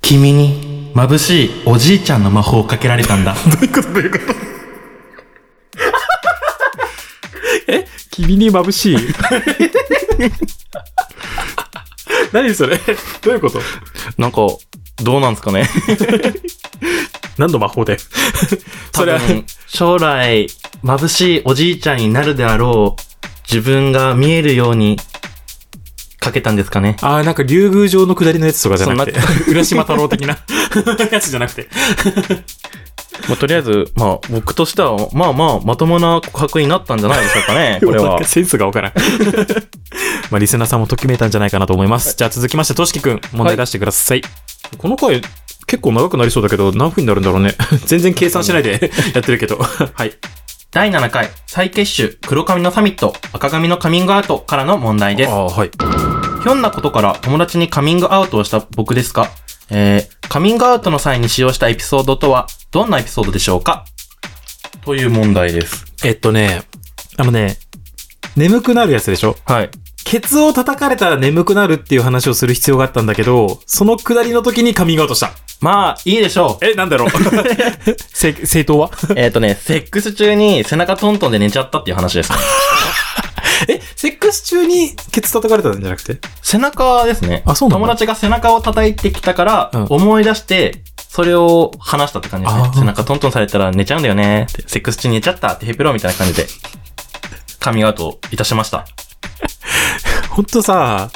Speaker 2: 君に眩しいおじいちゃんの魔法をかけられたんだ。
Speaker 1: 君に眩 しい。何それどういうこと
Speaker 2: なんか、どうなんですか ね。
Speaker 1: 何の魔法 でそ
Speaker 2: 多
Speaker 1: れは、
Speaker 2: 分、将来、眩しいおじいちゃんになるであろう、自分が見えるように、かけたんですかね。
Speaker 1: ああ、なんか、竜宮城の下りのやつとかじゃなくて
Speaker 2: そ、
Speaker 1: 浦島太郎的な やつじゃなくて。
Speaker 2: もうとりあえず、まあ、僕としては、まあまあ、まともな告白になったんじゃないでしょう か ね、これ
Speaker 1: なん
Speaker 2: は
Speaker 1: か。センスがわからん。 まあ、リスナーさんもときめいたんじゃないかなと思います。じゃあ、続きまして、としきくん、問題出してください。この回、結構長くなりそうだけど、何分になるんだろうね。 全然計算しないで やってるけど。はい。
Speaker 2: 第7回、再結集、黒髪のサミット、赤髪のカミングアウトからの問題です
Speaker 1: あ。あー、はい。
Speaker 2: ひょんなことから友達にカミングアウトをした僕ですが、えー、カミングアウトの際に使用したエピソードとは、どんなエピソードでしょうかという問題です。
Speaker 1: えっとね、あのね、眠くなるやつでしょ
Speaker 2: はい。
Speaker 1: ケツを叩かれたら眠くなるっていう話をする必要があったんだけど、そのくだりの時にカミングアウトした。
Speaker 2: まあ、いいでしょう。
Speaker 1: え、なん だろうせ正当は
Speaker 2: えっ、とね、 セックス中に背中トントンで寝ちゃったっていう話ですね。
Speaker 1: え、セックス中にケツ叩かれたんじゃなくて
Speaker 2: 背中ですね。
Speaker 1: あそうなんだ
Speaker 2: 友達が背中を叩いてきたから、
Speaker 1: うん
Speaker 2: 思い出して、それを話したって感じです
Speaker 1: あ
Speaker 2: ね。
Speaker 1: ー
Speaker 2: 背中トントンされたら寝ちゃうんだよねって。セックス中に寝ちゃったってヘペロみたいな感じで、カミングアウトいたしました。
Speaker 1: ほんとさ、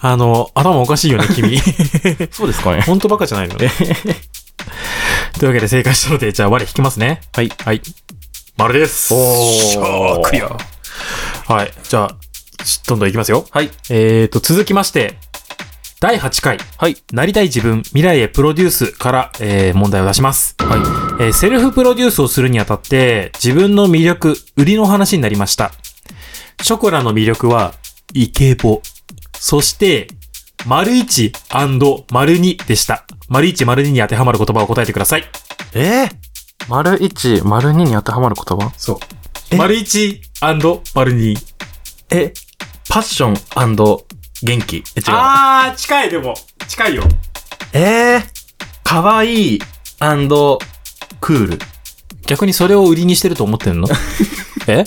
Speaker 1: あの、頭おかしいよね、 君。
Speaker 2: そうですかね。
Speaker 1: ほんとバカじゃないのね。というわけで正解したので、じゃあ我引きますね。
Speaker 2: はい。
Speaker 1: はい。丸です。
Speaker 2: おー
Speaker 1: シャークや。はい。じゃあ、しどんどんいきますよ。
Speaker 2: はい。
Speaker 1: えーと、続きまして、第8回、
Speaker 2: はい。
Speaker 1: なりたい自分、未来へプロデュースから、えー問題を出します。
Speaker 2: は
Speaker 1: えーセルフプロデュースをするにあたって、自分の魅力、売りの話になりました。ショコラの魅力は、イケボ。そして、丸一丸二でした。丸一丸二に当てはまる言葉を答えてください。
Speaker 2: い。えー、丸1、丸2に当てはまる言葉
Speaker 1: そう丸一丸二。
Speaker 2: え、パッション元気。え、違う。
Speaker 1: あー、近いでも。近いよ。
Speaker 2: えー、かわいいクール。
Speaker 1: 逆にそれを売りにしてると思ってんの え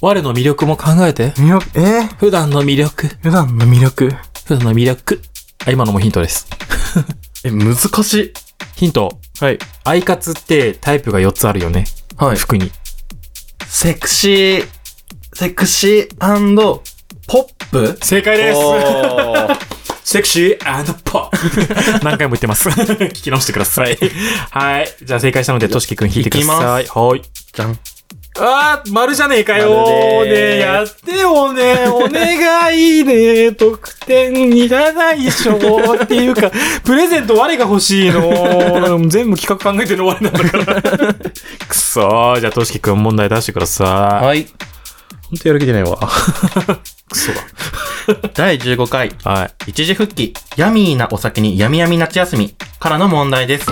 Speaker 1: 我の魅力も考えて。
Speaker 2: 魅力、えー、
Speaker 1: 普段の魅力。
Speaker 2: 普段の魅力。
Speaker 1: 普段の魅力。あ、今のもヒントです。
Speaker 2: え、難し
Speaker 1: ヒント。
Speaker 2: い。はい。
Speaker 1: アイカツってタイプが4つあるよね。
Speaker 2: はい。
Speaker 1: 服に。
Speaker 2: セクシー、セクシーポップ
Speaker 1: 正解
Speaker 2: おー
Speaker 1: セクシーポップ 何回も言ってます。 聞き直してください。はい。じゃあ正解したので、としきくん引いてください。
Speaker 2: い
Speaker 1: はい。
Speaker 2: じゃん。
Speaker 1: あー、丸じゃねえか
Speaker 2: 丸
Speaker 1: ね
Speaker 2: でー
Speaker 1: え
Speaker 2: す
Speaker 1: やってよね。 お願いね。得点いらないでしょ。っていう か、プレゼント我が欲しいの。全部企画考えてるの我なんだから。 くそー。じゃあ、としきくん問題出してください。
Speaker 2: はい。
Speaker 1: ほんとやる気出ないわ。くそだ。
Speaker 2: 第15回、
Speaker 1: はい。
Speaker 2: 一時復帰、ヤミーなお酒にヤミヤミ夏休みからの問題です。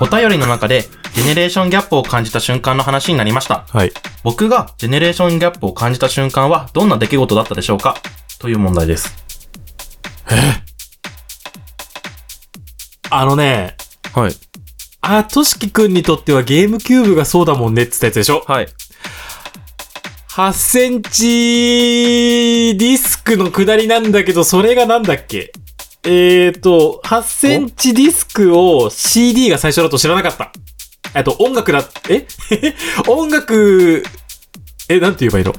Speaker 2: お便りの中で、ジェネレーションギャップを感じた瞬間の話になりました。
Speaker 1: はい。
Speaker 2: 僕がジェネレーションギャップを感じた瞬間はどんな出来事だったでしょうかという問題です。
Speaker 1: あのね、
Speaker 2: はい。
Speaker 1: あ、としきくんにとってはゲームキューブがそうだもんねって言ったやつでしょ
Speaker 2: はい。
Speaker 1: 8センチディスクの下りなんだけど、それがなんだっけえーと、8センチディスクを CD が最初だと知らなかった。えっと、音楽だ、え 音楽、え、なんて言えばいいの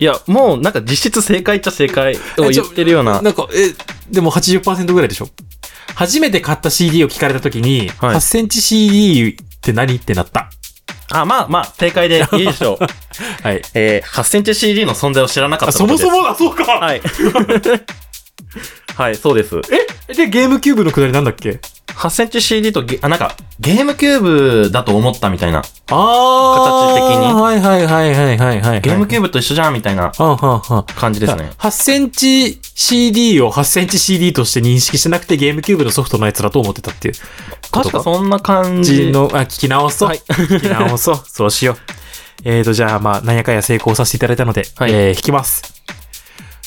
Speaker 2: いや、もうなんか実質正解っちゃ正解を言ってるよう な。
Speaker 1: なんか、え、でも80%ぐらいでしょ初めて買った CD を聞かれた時に、
Speaker 2: はい
Speaker 1: 8センチ CD って何ってなった。
Speaker 2: あ、まあまあ、正解でいいでしょう。
Speaker 1: はい。
Speaker 2: えー、8センチ CD の存在を知らなかっ
Speaker 1: あ、
Speaker 2: た
Speaker 1: そ
Speaker 2: こと
Speaker 1: も
Speaker 2: です
Speaker 1: そもだ、そうか、
Speaker 2: はい。 はい、そうです。
Speaker 1: え、で、ゲームキューブの下りなんだっけ
Speaker 2: 8センチ CD とゲ、あ、なんか、ゲームキューブだと思ったみたいな。
Speaker 1: あー
Speaker 2: 形的に
Speaker 1: はいはいはいはいはいはい。
Speaker 2: ゲームキューブと一緒じゃんみたいな
Speaker 1: はんはんはん。
Speaker 2: 感じですね。
Speaker 1: 8センチ CD を8センチ CD として認識してなくてゲームキューブのソフトのやつだと思ってたっていう。
Speaker 2: 確かそんな
Speaker 1: 人
Speaker 2: 感じ。
Speaker 1: の、あ、聞き直そう。
Speaker 2: はい
Speaker 1: 聞き直 そう。そうしよう。えーと、じゃあ、まあ、なんやかんや成功させていただいたので、
Speaker 2: はい
Speaker 1: えー引きます。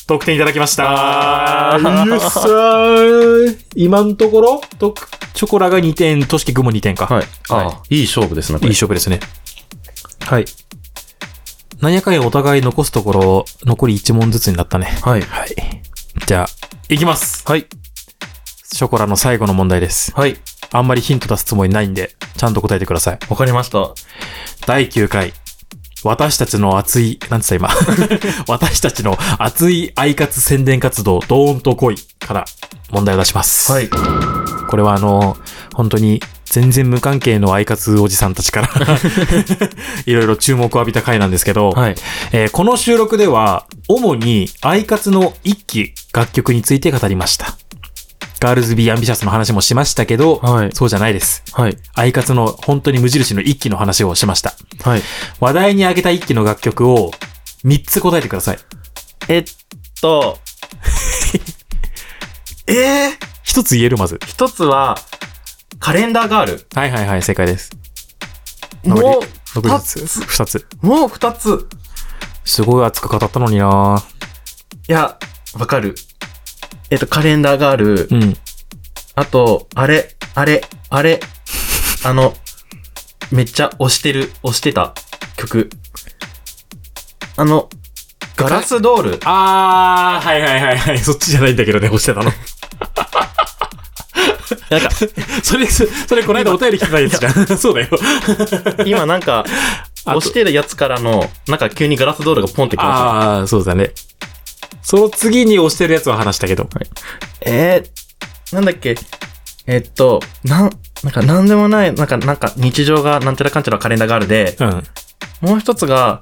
Speaker 1: 得点いただきました。
Speaker 2: あー
Speaker 1: よっしゃー今のところ、とチョコラが2点、としきくんも2点か。
Speaker 2: はい。あいい勝負ですね、こ
Speaker 1: いい
Speaker 2: れ。
Speaker 1: 勝負ですね。はい。なんやかんやお互い残すところ、残り1問ずつになったね。
Speaker 2: はい。
Speaker 1: はい。じゃあ、いきます。
Speaker 2: はい。
Speaker 1: ショコラの最後の問題です。
Speaker 2: はい。
Speaker 1: あんまりヒント出すつもりないんで、ちゃんと答えてください。
Speaker 2: わかりました。
Speaker 1: 第9回。私たちの熱い、なんつった 今。私たちの熱い愛活宣伝活動、ドーンと来いから問題を出します。
Speaker 2: はい。
Speaker 1: これはあの、本当に全然無関係の愛活おじさんたち から、いろいろ注目を浴びた回なんですけど、
Speaker 2: はい。
Speaker 1: えーこの収録では、主に愛活の一期楽曲について語りました。ガールズビーアンビシャスの話もしましたけど、
Speaker 2: はい
Speaker 1: そうじゃないです。
Speaker 2: はい。
Speaker 1: 愛活の本当に無印の一期の話をしました。
Speaker 2: はい。
Speaker 1: 話題に挙げた一期の楽曲を3つ答えてください。
Speaker 2: えっと、 えー、
Speaker 1: 1つ言えるまず。
Speaker 2: 一つは、カレンダーガール。
Speaker 1: はいはいはい、正解です。
Speaker 2: もう
Speaker 1: 残り
Speaker 2: 二
Speaker 1: 2
Speaker 2: つ
Speaker 1: つ。2つ。
Speaker 2: もう二つ。
Speaker 1: すごい熱く語ったのにない
Speaker 2: や、わかる。えっと、カレンダーガール。
Speaker 1: うん。
Speaker 2: あと、あれ、あれ、あれ。 あの、めっちゃ押してる、押してた曲。あの、ガラスドール。
Speaker 1: あー、はいはいはいはい。そっちじゃないんだけどね、押してたの。
Speaker 2: なんか、
Speaker 1: それ、そそれこの間お便り来てたやつじゃん。 そうだよ。
Speaker 2: 今なんか、
Speaker 1: あと
Speaker 2: 押してるやつからの、なんか急にガラスドールがポンってきま
Speaker 1: あー、そうだね。その次に押してるやつは話したけど。
Speaker 2: した。えー、なんだっけ。えっと、なん、なんかなんでもない、なんか、なんか日常がなんちゃらかんちゃらカレンダーガールで、
Speaker 1: うん。
Speaker 2: もう一つが、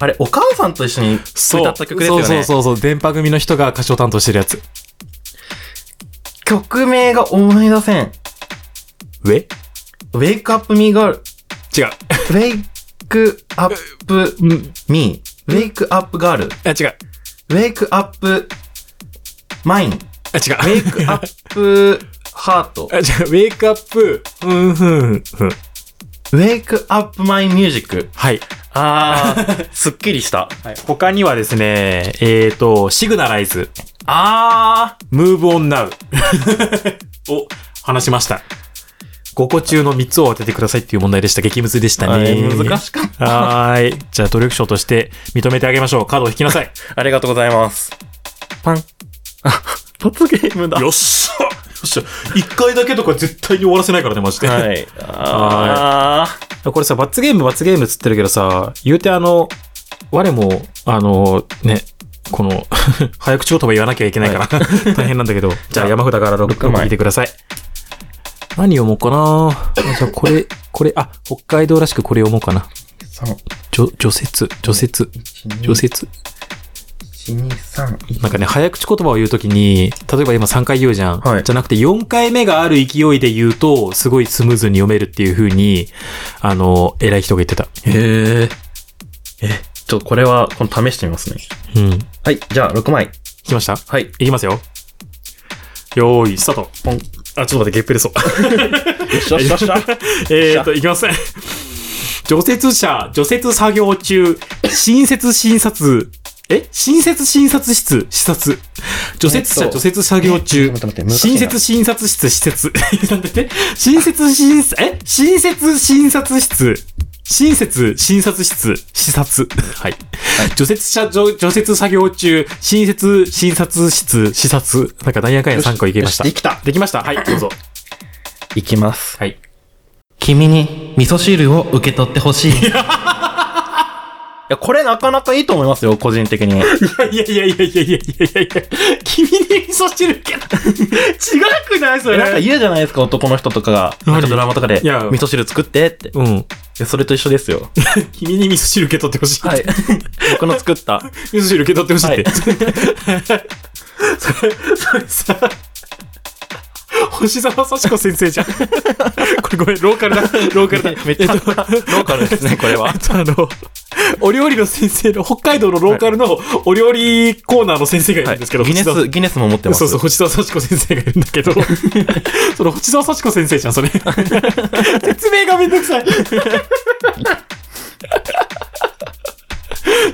Speaker 2: あれ、お母さんと一緒に歌った曲ですよね。
Speaker 1: そうそうそうそう。電波組の人が歌唱担当してるやつ。
Speaker 2: 曲名が思い出せん。
Speaker 1: 上違う。
Speaker 2: Wake Up Me Girl。Wake Up Me。Wake Up Girl。
Speaker 1: あ、違う。
Speaker 2: Wake Up Mine。
Speaker 1: あ、違う。
Speaker 2: Wake Up Heart。
Speaker 1: あ、じゃウェイクアップ、うん、ふん、ふん。
Speaker 2: Wake Up My Music。
Speaker 1: はい。
Speaker 2: あー、すっきりした。
Speaker 1: 他にはですね、えーと、シグナライズ、
Speaker 2: あ
Speaker 1: ムーブオンナウ を話しました。5個中の3つを当ててくださいっていう問題でした。激ムズでしたね。
Speaker 2: ー、難しかった。
Speaker 1: はーい。じゃあ努力賞として認めてあげましょう。カードを引きなさい。
Speaker 2: ありがとうございます。パン。 あ、罰ゲームだ。
Speaker 1: っしゃよっしゃ1回だけとか絶対に終わらせないからね、マジで
Speaker 2: はい。あー。
Speaker 1: これさ、罰ゲーム、罰ゲームっつってるけどさ、言うてあの、我も、あの、ね、この、 早口言葉言わなきゃいけないから、 大変なんだけど、じゃあ山札から6枚
Speaker 2: 枚
Speaker 1: 見てください。何読もうかなあじゃあこれ、これ、あ、北海道らしくこれ読もうかな。
Speaker 2: 3、
Speaker 1: 除除雪、除雪、除雪。
Speaker 2: 1、2、3。
Speaker 1: なんかね、早口言葉を言うときに、例えば今3回言うじゃん。
Speaker 2: はい
Speaker 1: じゃなくて4回目がある勢いで言うと、すごいスムーズに読めるっていう風に、あの、偉い人が言ってた。
Speaker 2: へえ。え、ちょっとこれは、この試してみますね。
Speaker 1: うん。聞
Speaker 2: はい、じゃあ6枚。
Speaker 1: きました
Speaker 2: はい。
Speaker 1: いきますよ。よーい、スタート。
Speaker 2: ポン。
Speaker 1: あ、ちょっと待って、ゲップ出そう。
Speaker 2: よっしゃよっしゃよっしゃ
Speaker 1: えーっと、いきますね。除雪車、除雪作業中、新設診察、え新設診察室、視察。除雪
Speaker 2: え
Speaker 1: 車、
Speaker 2: っと
Speaker 1: 除雪作業中
Speaker 2: えちょっと待って待って難、しい
Speaker 1: 新
Speaker 2: な
Speaker 1: 設診察 室、施設。なんだって新設診、え新設診察室。新設診察室、視察。はい。除雪車、除除雪作業中、新設診察室、視察。なんか、ダイヤカイン3個いけました。
Speaker 2: よしできた
Speaker 1: できました。はい、どうぞ。
Speaker 2: いきます。
Speaker 1: はい。
Speaker 2: 君に味噌汁を受け取ってほしい。いや、これなかなかいいと思いますよ、個人 的に。
Speaker 1: いやいやいやいやいやいやいやいや君に味噌汁けど違くないそ
Speaker 2: え
Speaker 1: れ。
Speaker 2: なんか言うじゃないですか、男の人とかが。
Speaker 1: 何
Speaker 2: なんかドラマとかで、
Speaker 1: いや
Speaker 2: 味噌汁作ってって。い
Speaker 1: うん。
Speaker 2: やそれと一緒ですよ。
Speaker 1: 君に味噌汁受け取ってほしい。
Speaker 2: はい。僕の作った。
Speaker 1: 味噌汁受け取ってほしいって。それ、それさ、星沢幸子先生じゃん。これごめん、ローカルだ。ローカルだ。
Speaker 2: めっちゃ、
Speaker 1: え
Speaker 2: ロ
Speaker 1: っと
Speaker 2: ーカルですね、これは
Speaker 1: えっ。と、あの、お料理の先生の、北海道のローカルのお料理コーナーの先生がいるんですけど、
Speaker 2: ギネ
Speaker 1: 星沢
Speaker 2: ス、ギネスも持ってます。
Speaker 1: そうそう、星沢幸子先生がいるんだけ ど、その星沢幸子先生じゃん、それ。説明がめんどく さい。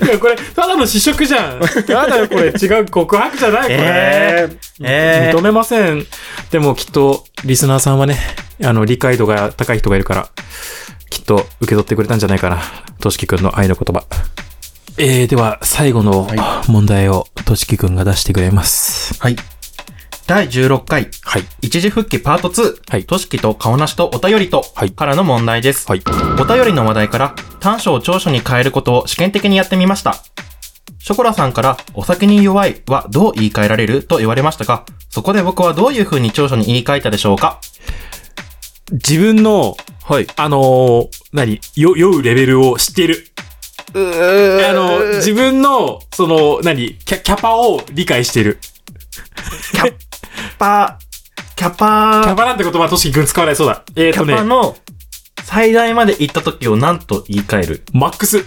Speaker 1: いや、これ、ただの試食じゃん。やだよ、これ。違う、告白じゃない、これ。
Speaker 2: えー、え
Speaker 1: 認めません。でも、きっと、リスナーさんはね、あの、理解度が高い人がいるから、きっと、受け取ってくれたんじゃないかな。としきくんの愛の言葉。えー、では、最後の問題を、としきくんが出してくれます。
Speaker 2: ー、はい。第16回、
Speaker 1: はい。
Speaker 2: 一時復帰パート2、
Speaker 1: はい
Speaker 2: としきと顔なしとお便りと、
Speaker 1: はい
Speaker 2: からの問題です。
Speaker 1: はい。
Speaker 2: お便りの話題から短所を長所に変えることを試験的にやってみました。ショコラさんからお酒に弱いはどう言い換えられると言われましたが、そこで僕はどういう風に長所に言い換えたでしょうか
Speaker 1: 自分の、
Speaker 2: はい。
Speaker 1: あのー何よ、酔うレベルを知っている。あの、自分の、その、何キャ、キャパを理解している。
Speaker 2: パー、キャパー、
Speaker 1: キャパなんて言葉、としきくん使わないそうだ。えー、
Speaker 2: キ
Speaker 1: と
Speaker 2: ャパ
Speaker 1: ね、
Speaker 2: の最大まで行った時を何と言い換える
Speaker 1: マックス。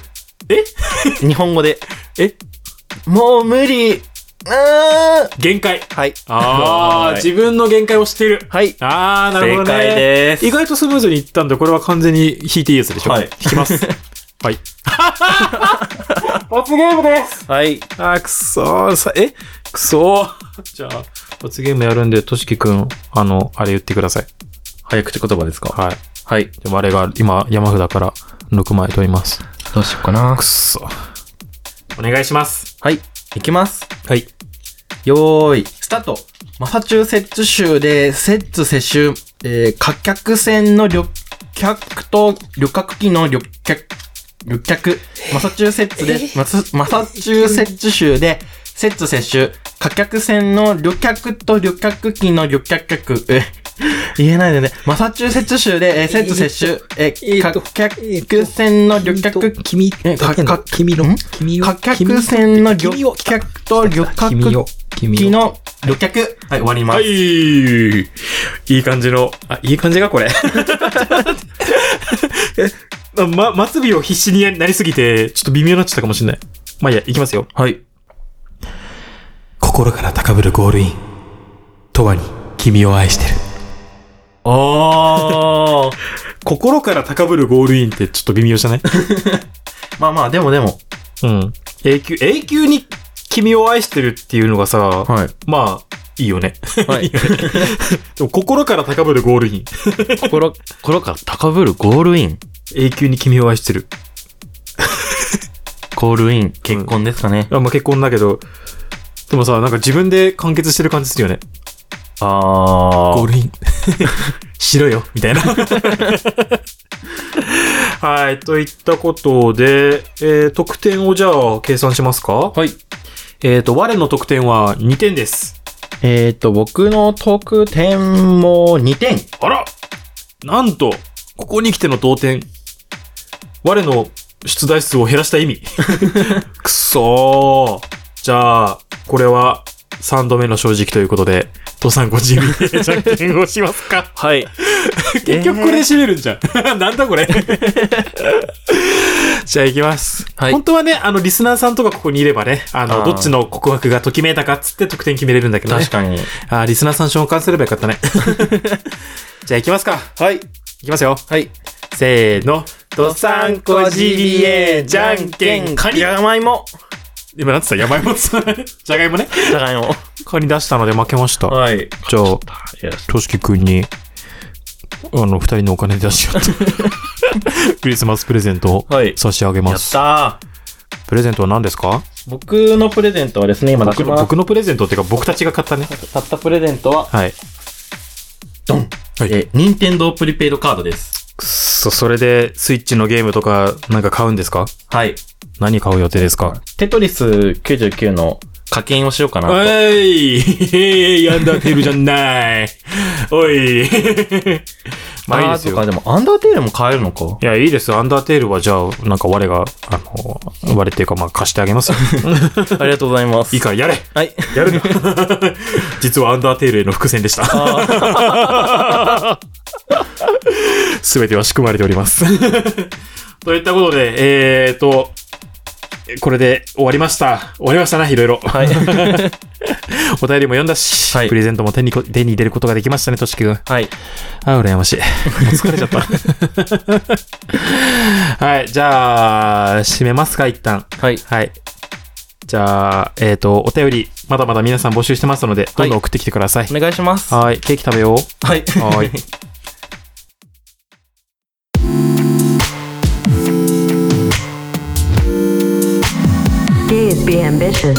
Speaker 1: え
Speaker 2: 日本語で。
Speaker 1: え
Speaker 2: もう無理うーんは
Speaker 1: 限界。
Speaker 2: い。
Speaker 1: ああ、
Speaker 2: はい
Speaker 1: 自分の限界を知っている。
Speaker 2: はい。
Speaker 1: ああ、なるほど
Speaker 2: 正
Speaker 1: ね。
Speaker 2: 解です。
Speaker 1: 意外とスムーズにいったんで、これは完全に引いていいやつでしょ
Speaker 2: はい
Speaker 1: 引き ます。はい。罰ゲームです
Speaker 2: はい。
Speaker 1: あー、くそー、さ、えくそー。じゃあ、罰ゲームやるんで、としきくん、あの、あれ言ってください。
Speaker 2: 早口言葉ですか
Speaker 1: はい。
Speaker 2: はい。
Speaker 1: でもあれが、今、山札から6枚取ります。
Speaker 2: どうしようかな
Speaker 1: く。そ。お願いします。
Speaker 2: はい。いきます。
Speaker 1: はい。
Speaker 2: よーい、スタートマサチューセッツ州で、セッツ世襲、えー、貨客船の旅客と旅客機の旅客、旅客、マサチューセッツで、マサマサチューセッツ州で、セッツ世襲、貨客船の旅客と旅客機の旅客客、え、言えないでね。マサチューセッツ州で、えー、セッツ世襲、えー、貨客船の旅客機
Speaker 4: 君
Speaker 2: えかか
Speaker 4: 君の
Speaker 2: ん
Speaker 4: 君を
Speaker 2: 貨客船の旅
Speaker 4: 君を
Speaker 2: 客と旅
Speaker 4: 君
Speaker 2: 客
Speaker 4: を君
Speaker 2: 機
Speaker 4: を
Speaker 2: の旅客。はい、終わります。
Speaker 1: はい。いい感じの、あ、いい感じがこれ。 え、ま、末尾を必死になりすぎて、ちょっと微妙になっちゃったかもしれない。まあ、いいや、いきますよ。
Speaker 2: はい。
Speaker 1: 心から高ぶるゴールイン。とわに、君を愛してる。
Speaker 2: あー。
Speaker 1: 心から高ぶるゴールインってちょっと微妙じゃない
Speaker 2: まあまあ、でもでも。
Speaker 1: うん。永久、永久に君を愛してるっていうのがさ、
Speaker 2: はい。
Speaker 1: まあ、いいよね。
Speaker 2: はい。
Speaker 1: でも心から高ぶるゴールイン。
Speaker 2: 心、心から高ぶるゴールイン。
Speaker 1: 永久に君を愛してる。
Speaker 2: ゴールイン。結婚ですかね。
Speaker 1: あ、まあ結婚だけど、でもさ、なんか自分で完結してる感じするよね。
Speaker 2: あ
Speaker 1: ゴー
Speaker 2: ー。
Speaker 1: ルイン。 しろよ、みたいな。 はい、といったことで、えー、得点をじゃあ計算しますか
Speaker 2: はい。
Speaker 1: えっ、と、我の得点は2点です。
Speaker 2: えっ、ー、と、僕の得点も2点。
Speaker 1: あらなんと、ここに来ての同点。我の出題数を減らした意 味。くそー。じゃあ、これは3度目の正直ということで、とさんご自分でじゃんけんをしますか。
Speaker 2: はい。
Speaker 1: 結局これで締めるんじゃん。なんだこれ。じゃあ行きます。
Speaker 2: はい
Speaker 1: 本当はね、あの、リスナーさんとかここにいればね、あの、
Speaker 2: あー
Speaker 1: どっちの告白がときめいたかっつって得点決めれるんだけどね。
Speaker 2: 確かに。
Speaker 1: あーリスナーさん召喚すればよかった ね。じゃあ行きますか。
Speaker 2: はい。
Speaker 1: 行きますよ。
Speaker 2: はい。
Speaker 1: せーの。ドサンコジビエじゃんけんカニ
Speaker 2: じ。ゃがいも。
Speaker 1: 今なんつったやば いもんつったねじゃがいもね。
Speaker 2: じゃがいも。
Speaker 1: カニ出したので負けました。
Speaker 2: はい。
Speaker 1: じゃあ、
Speaker 2: いや
Speaker 1: としきくんに、あの、二人のお金出しちゃ って。クリスマスプレゼントを
Speaker 2: はい
Speaker 1: 差し上げ
Speaker 2: や
Speaker 1: ま
Speaker 2: っ
Speaker 1: す。
Speaker 2: たー。
Speaker 1: プレゼントは何ですか
Speaker 2: 僕のプレゼントはですね、今出し
Speaker 1: 僕の
Speaker 2: ます。
Speaker 1: 僕のプレゼントっていうか僕たちが買ったね。
Speaker 2: たったプレゼントは、
Speaker 1: はい。
Speaker 2: ドン。
Speaker 1: はい
Speaker 2: えー、任天堂プリペイドカードです。
Speaker 1: くっそ、それでスイッチのゲームとかなんか買うんですか
Speaker 2: はい。
Speaker 1: 何買う予定ですか
Speaker 2: テトリス99の課金をしようかなと。
Speaker 1: おいアンダーテールじゃないおい まあいいです
Speaker 2: ー
Speaker 1: よ
Speaker 2: と。か、でも、アンダーテールも買えるのか
Speaker 1: い。や、いいです。アンダーテールは、じゃあ、なんか我が、あの、我っていうか、まあ、貸してあげ ますよ。
Speaker 2: ありがとうございます。
Speaker 1: いいから、やれ
Speaker 2: はい。
Speaker 1: や るな実はアンダーテールへの伏線でした。
Speaker 2: あ
Speaker 1: すべては仕組まれております。 といったことで、えーと、これで終わりました。終わりましたな、いろいろ。
Speaker 2: ーはい。
Speaker 1: お便りも読んだし、
Speaker 2: はい
Speaker 1: プレゼントも手にこ手に入れることができましたね、としきくん。あ
Speaker 2: はい。
Speaker 1: ー、羨ましい。もう 疲れちゃった。はい、じゃあ、締めますか、一旦。
Speaker 2: はい。
Speaker 1: はい。じゃあ、えっ、と、お便り、まだまだ皆さん募集してますので、どんどん送ってきてください。
Speaker 2: お願いします。
Speaker 1: はい、ケーキ食べよう。
Speaker 2: はい。
Speaker 1: はい。
Speaker 4: Kids be ambitious.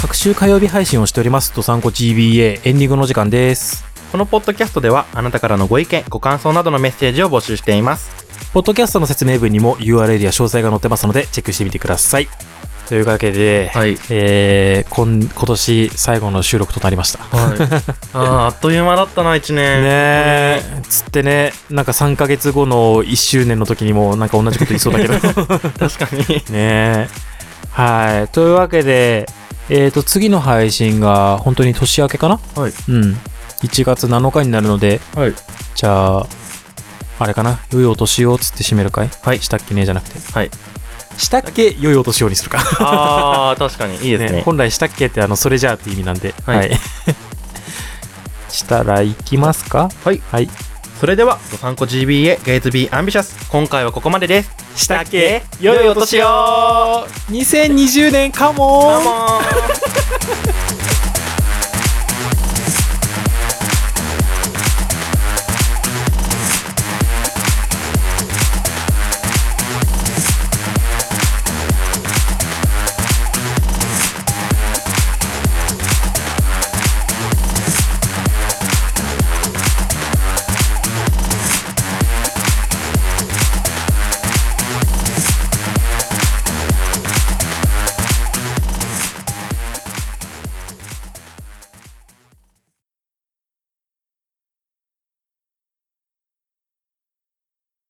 Speaker 1: 各週火曜日配信をしております、とさんこ GBA エンディングの時間です。
Speaker 2: このポッドキャストでは、あなたからのご意見、ご感想などのメッセージを募集しています。
Speaker 1: ポッドキャストの説明文にも URL や詳細が載ってますので、チェックしてみてください。というわけで、
Speaker 2: い。
Speaker 1: えー、こん、今年最後の収録となりました。
Speaker 2: はい。ああ、あっという間だったな、一年。
Speaker 1: ねえ、つってね、なんか3ヶ月後の1周年の時にも、なんか同じこと言いそうだ けど。
Speaker 2: 確かに。
Speaker 1: ねえ。はい。というわけで、えっ、と、次の配信が本当に年明けかな
Speaker 2: はい。
Speaker 1: うん。1月7日になるので、
Speaker 2: はい。
Speaker 1: じゃあ、あれかな良いお年をつって締めるかい
Speaker 2: はい
Speaker 1: したっけねじゃなくて。
Speaker 2: はい。
Speaker 1: したっけ良いお年をにするか。
Speaker 2: ああ、確かに。いいですね。
Speaker 1: 本来したっけって、あの、それじゃあって意味なんで。
Speaker 2: はい
Speaker 1: したら行きますか
Speaker 2: はい。
Speaker 1: はい。
Speaker 2: それでは、ドサンコ GBA ゲイズビーアンビシャス。今回はここまでです。
Speaker 1: したっ
Speaker 2: け
Speaker 1: 良いお年を !2020 年かも
Speaker 2: どうもー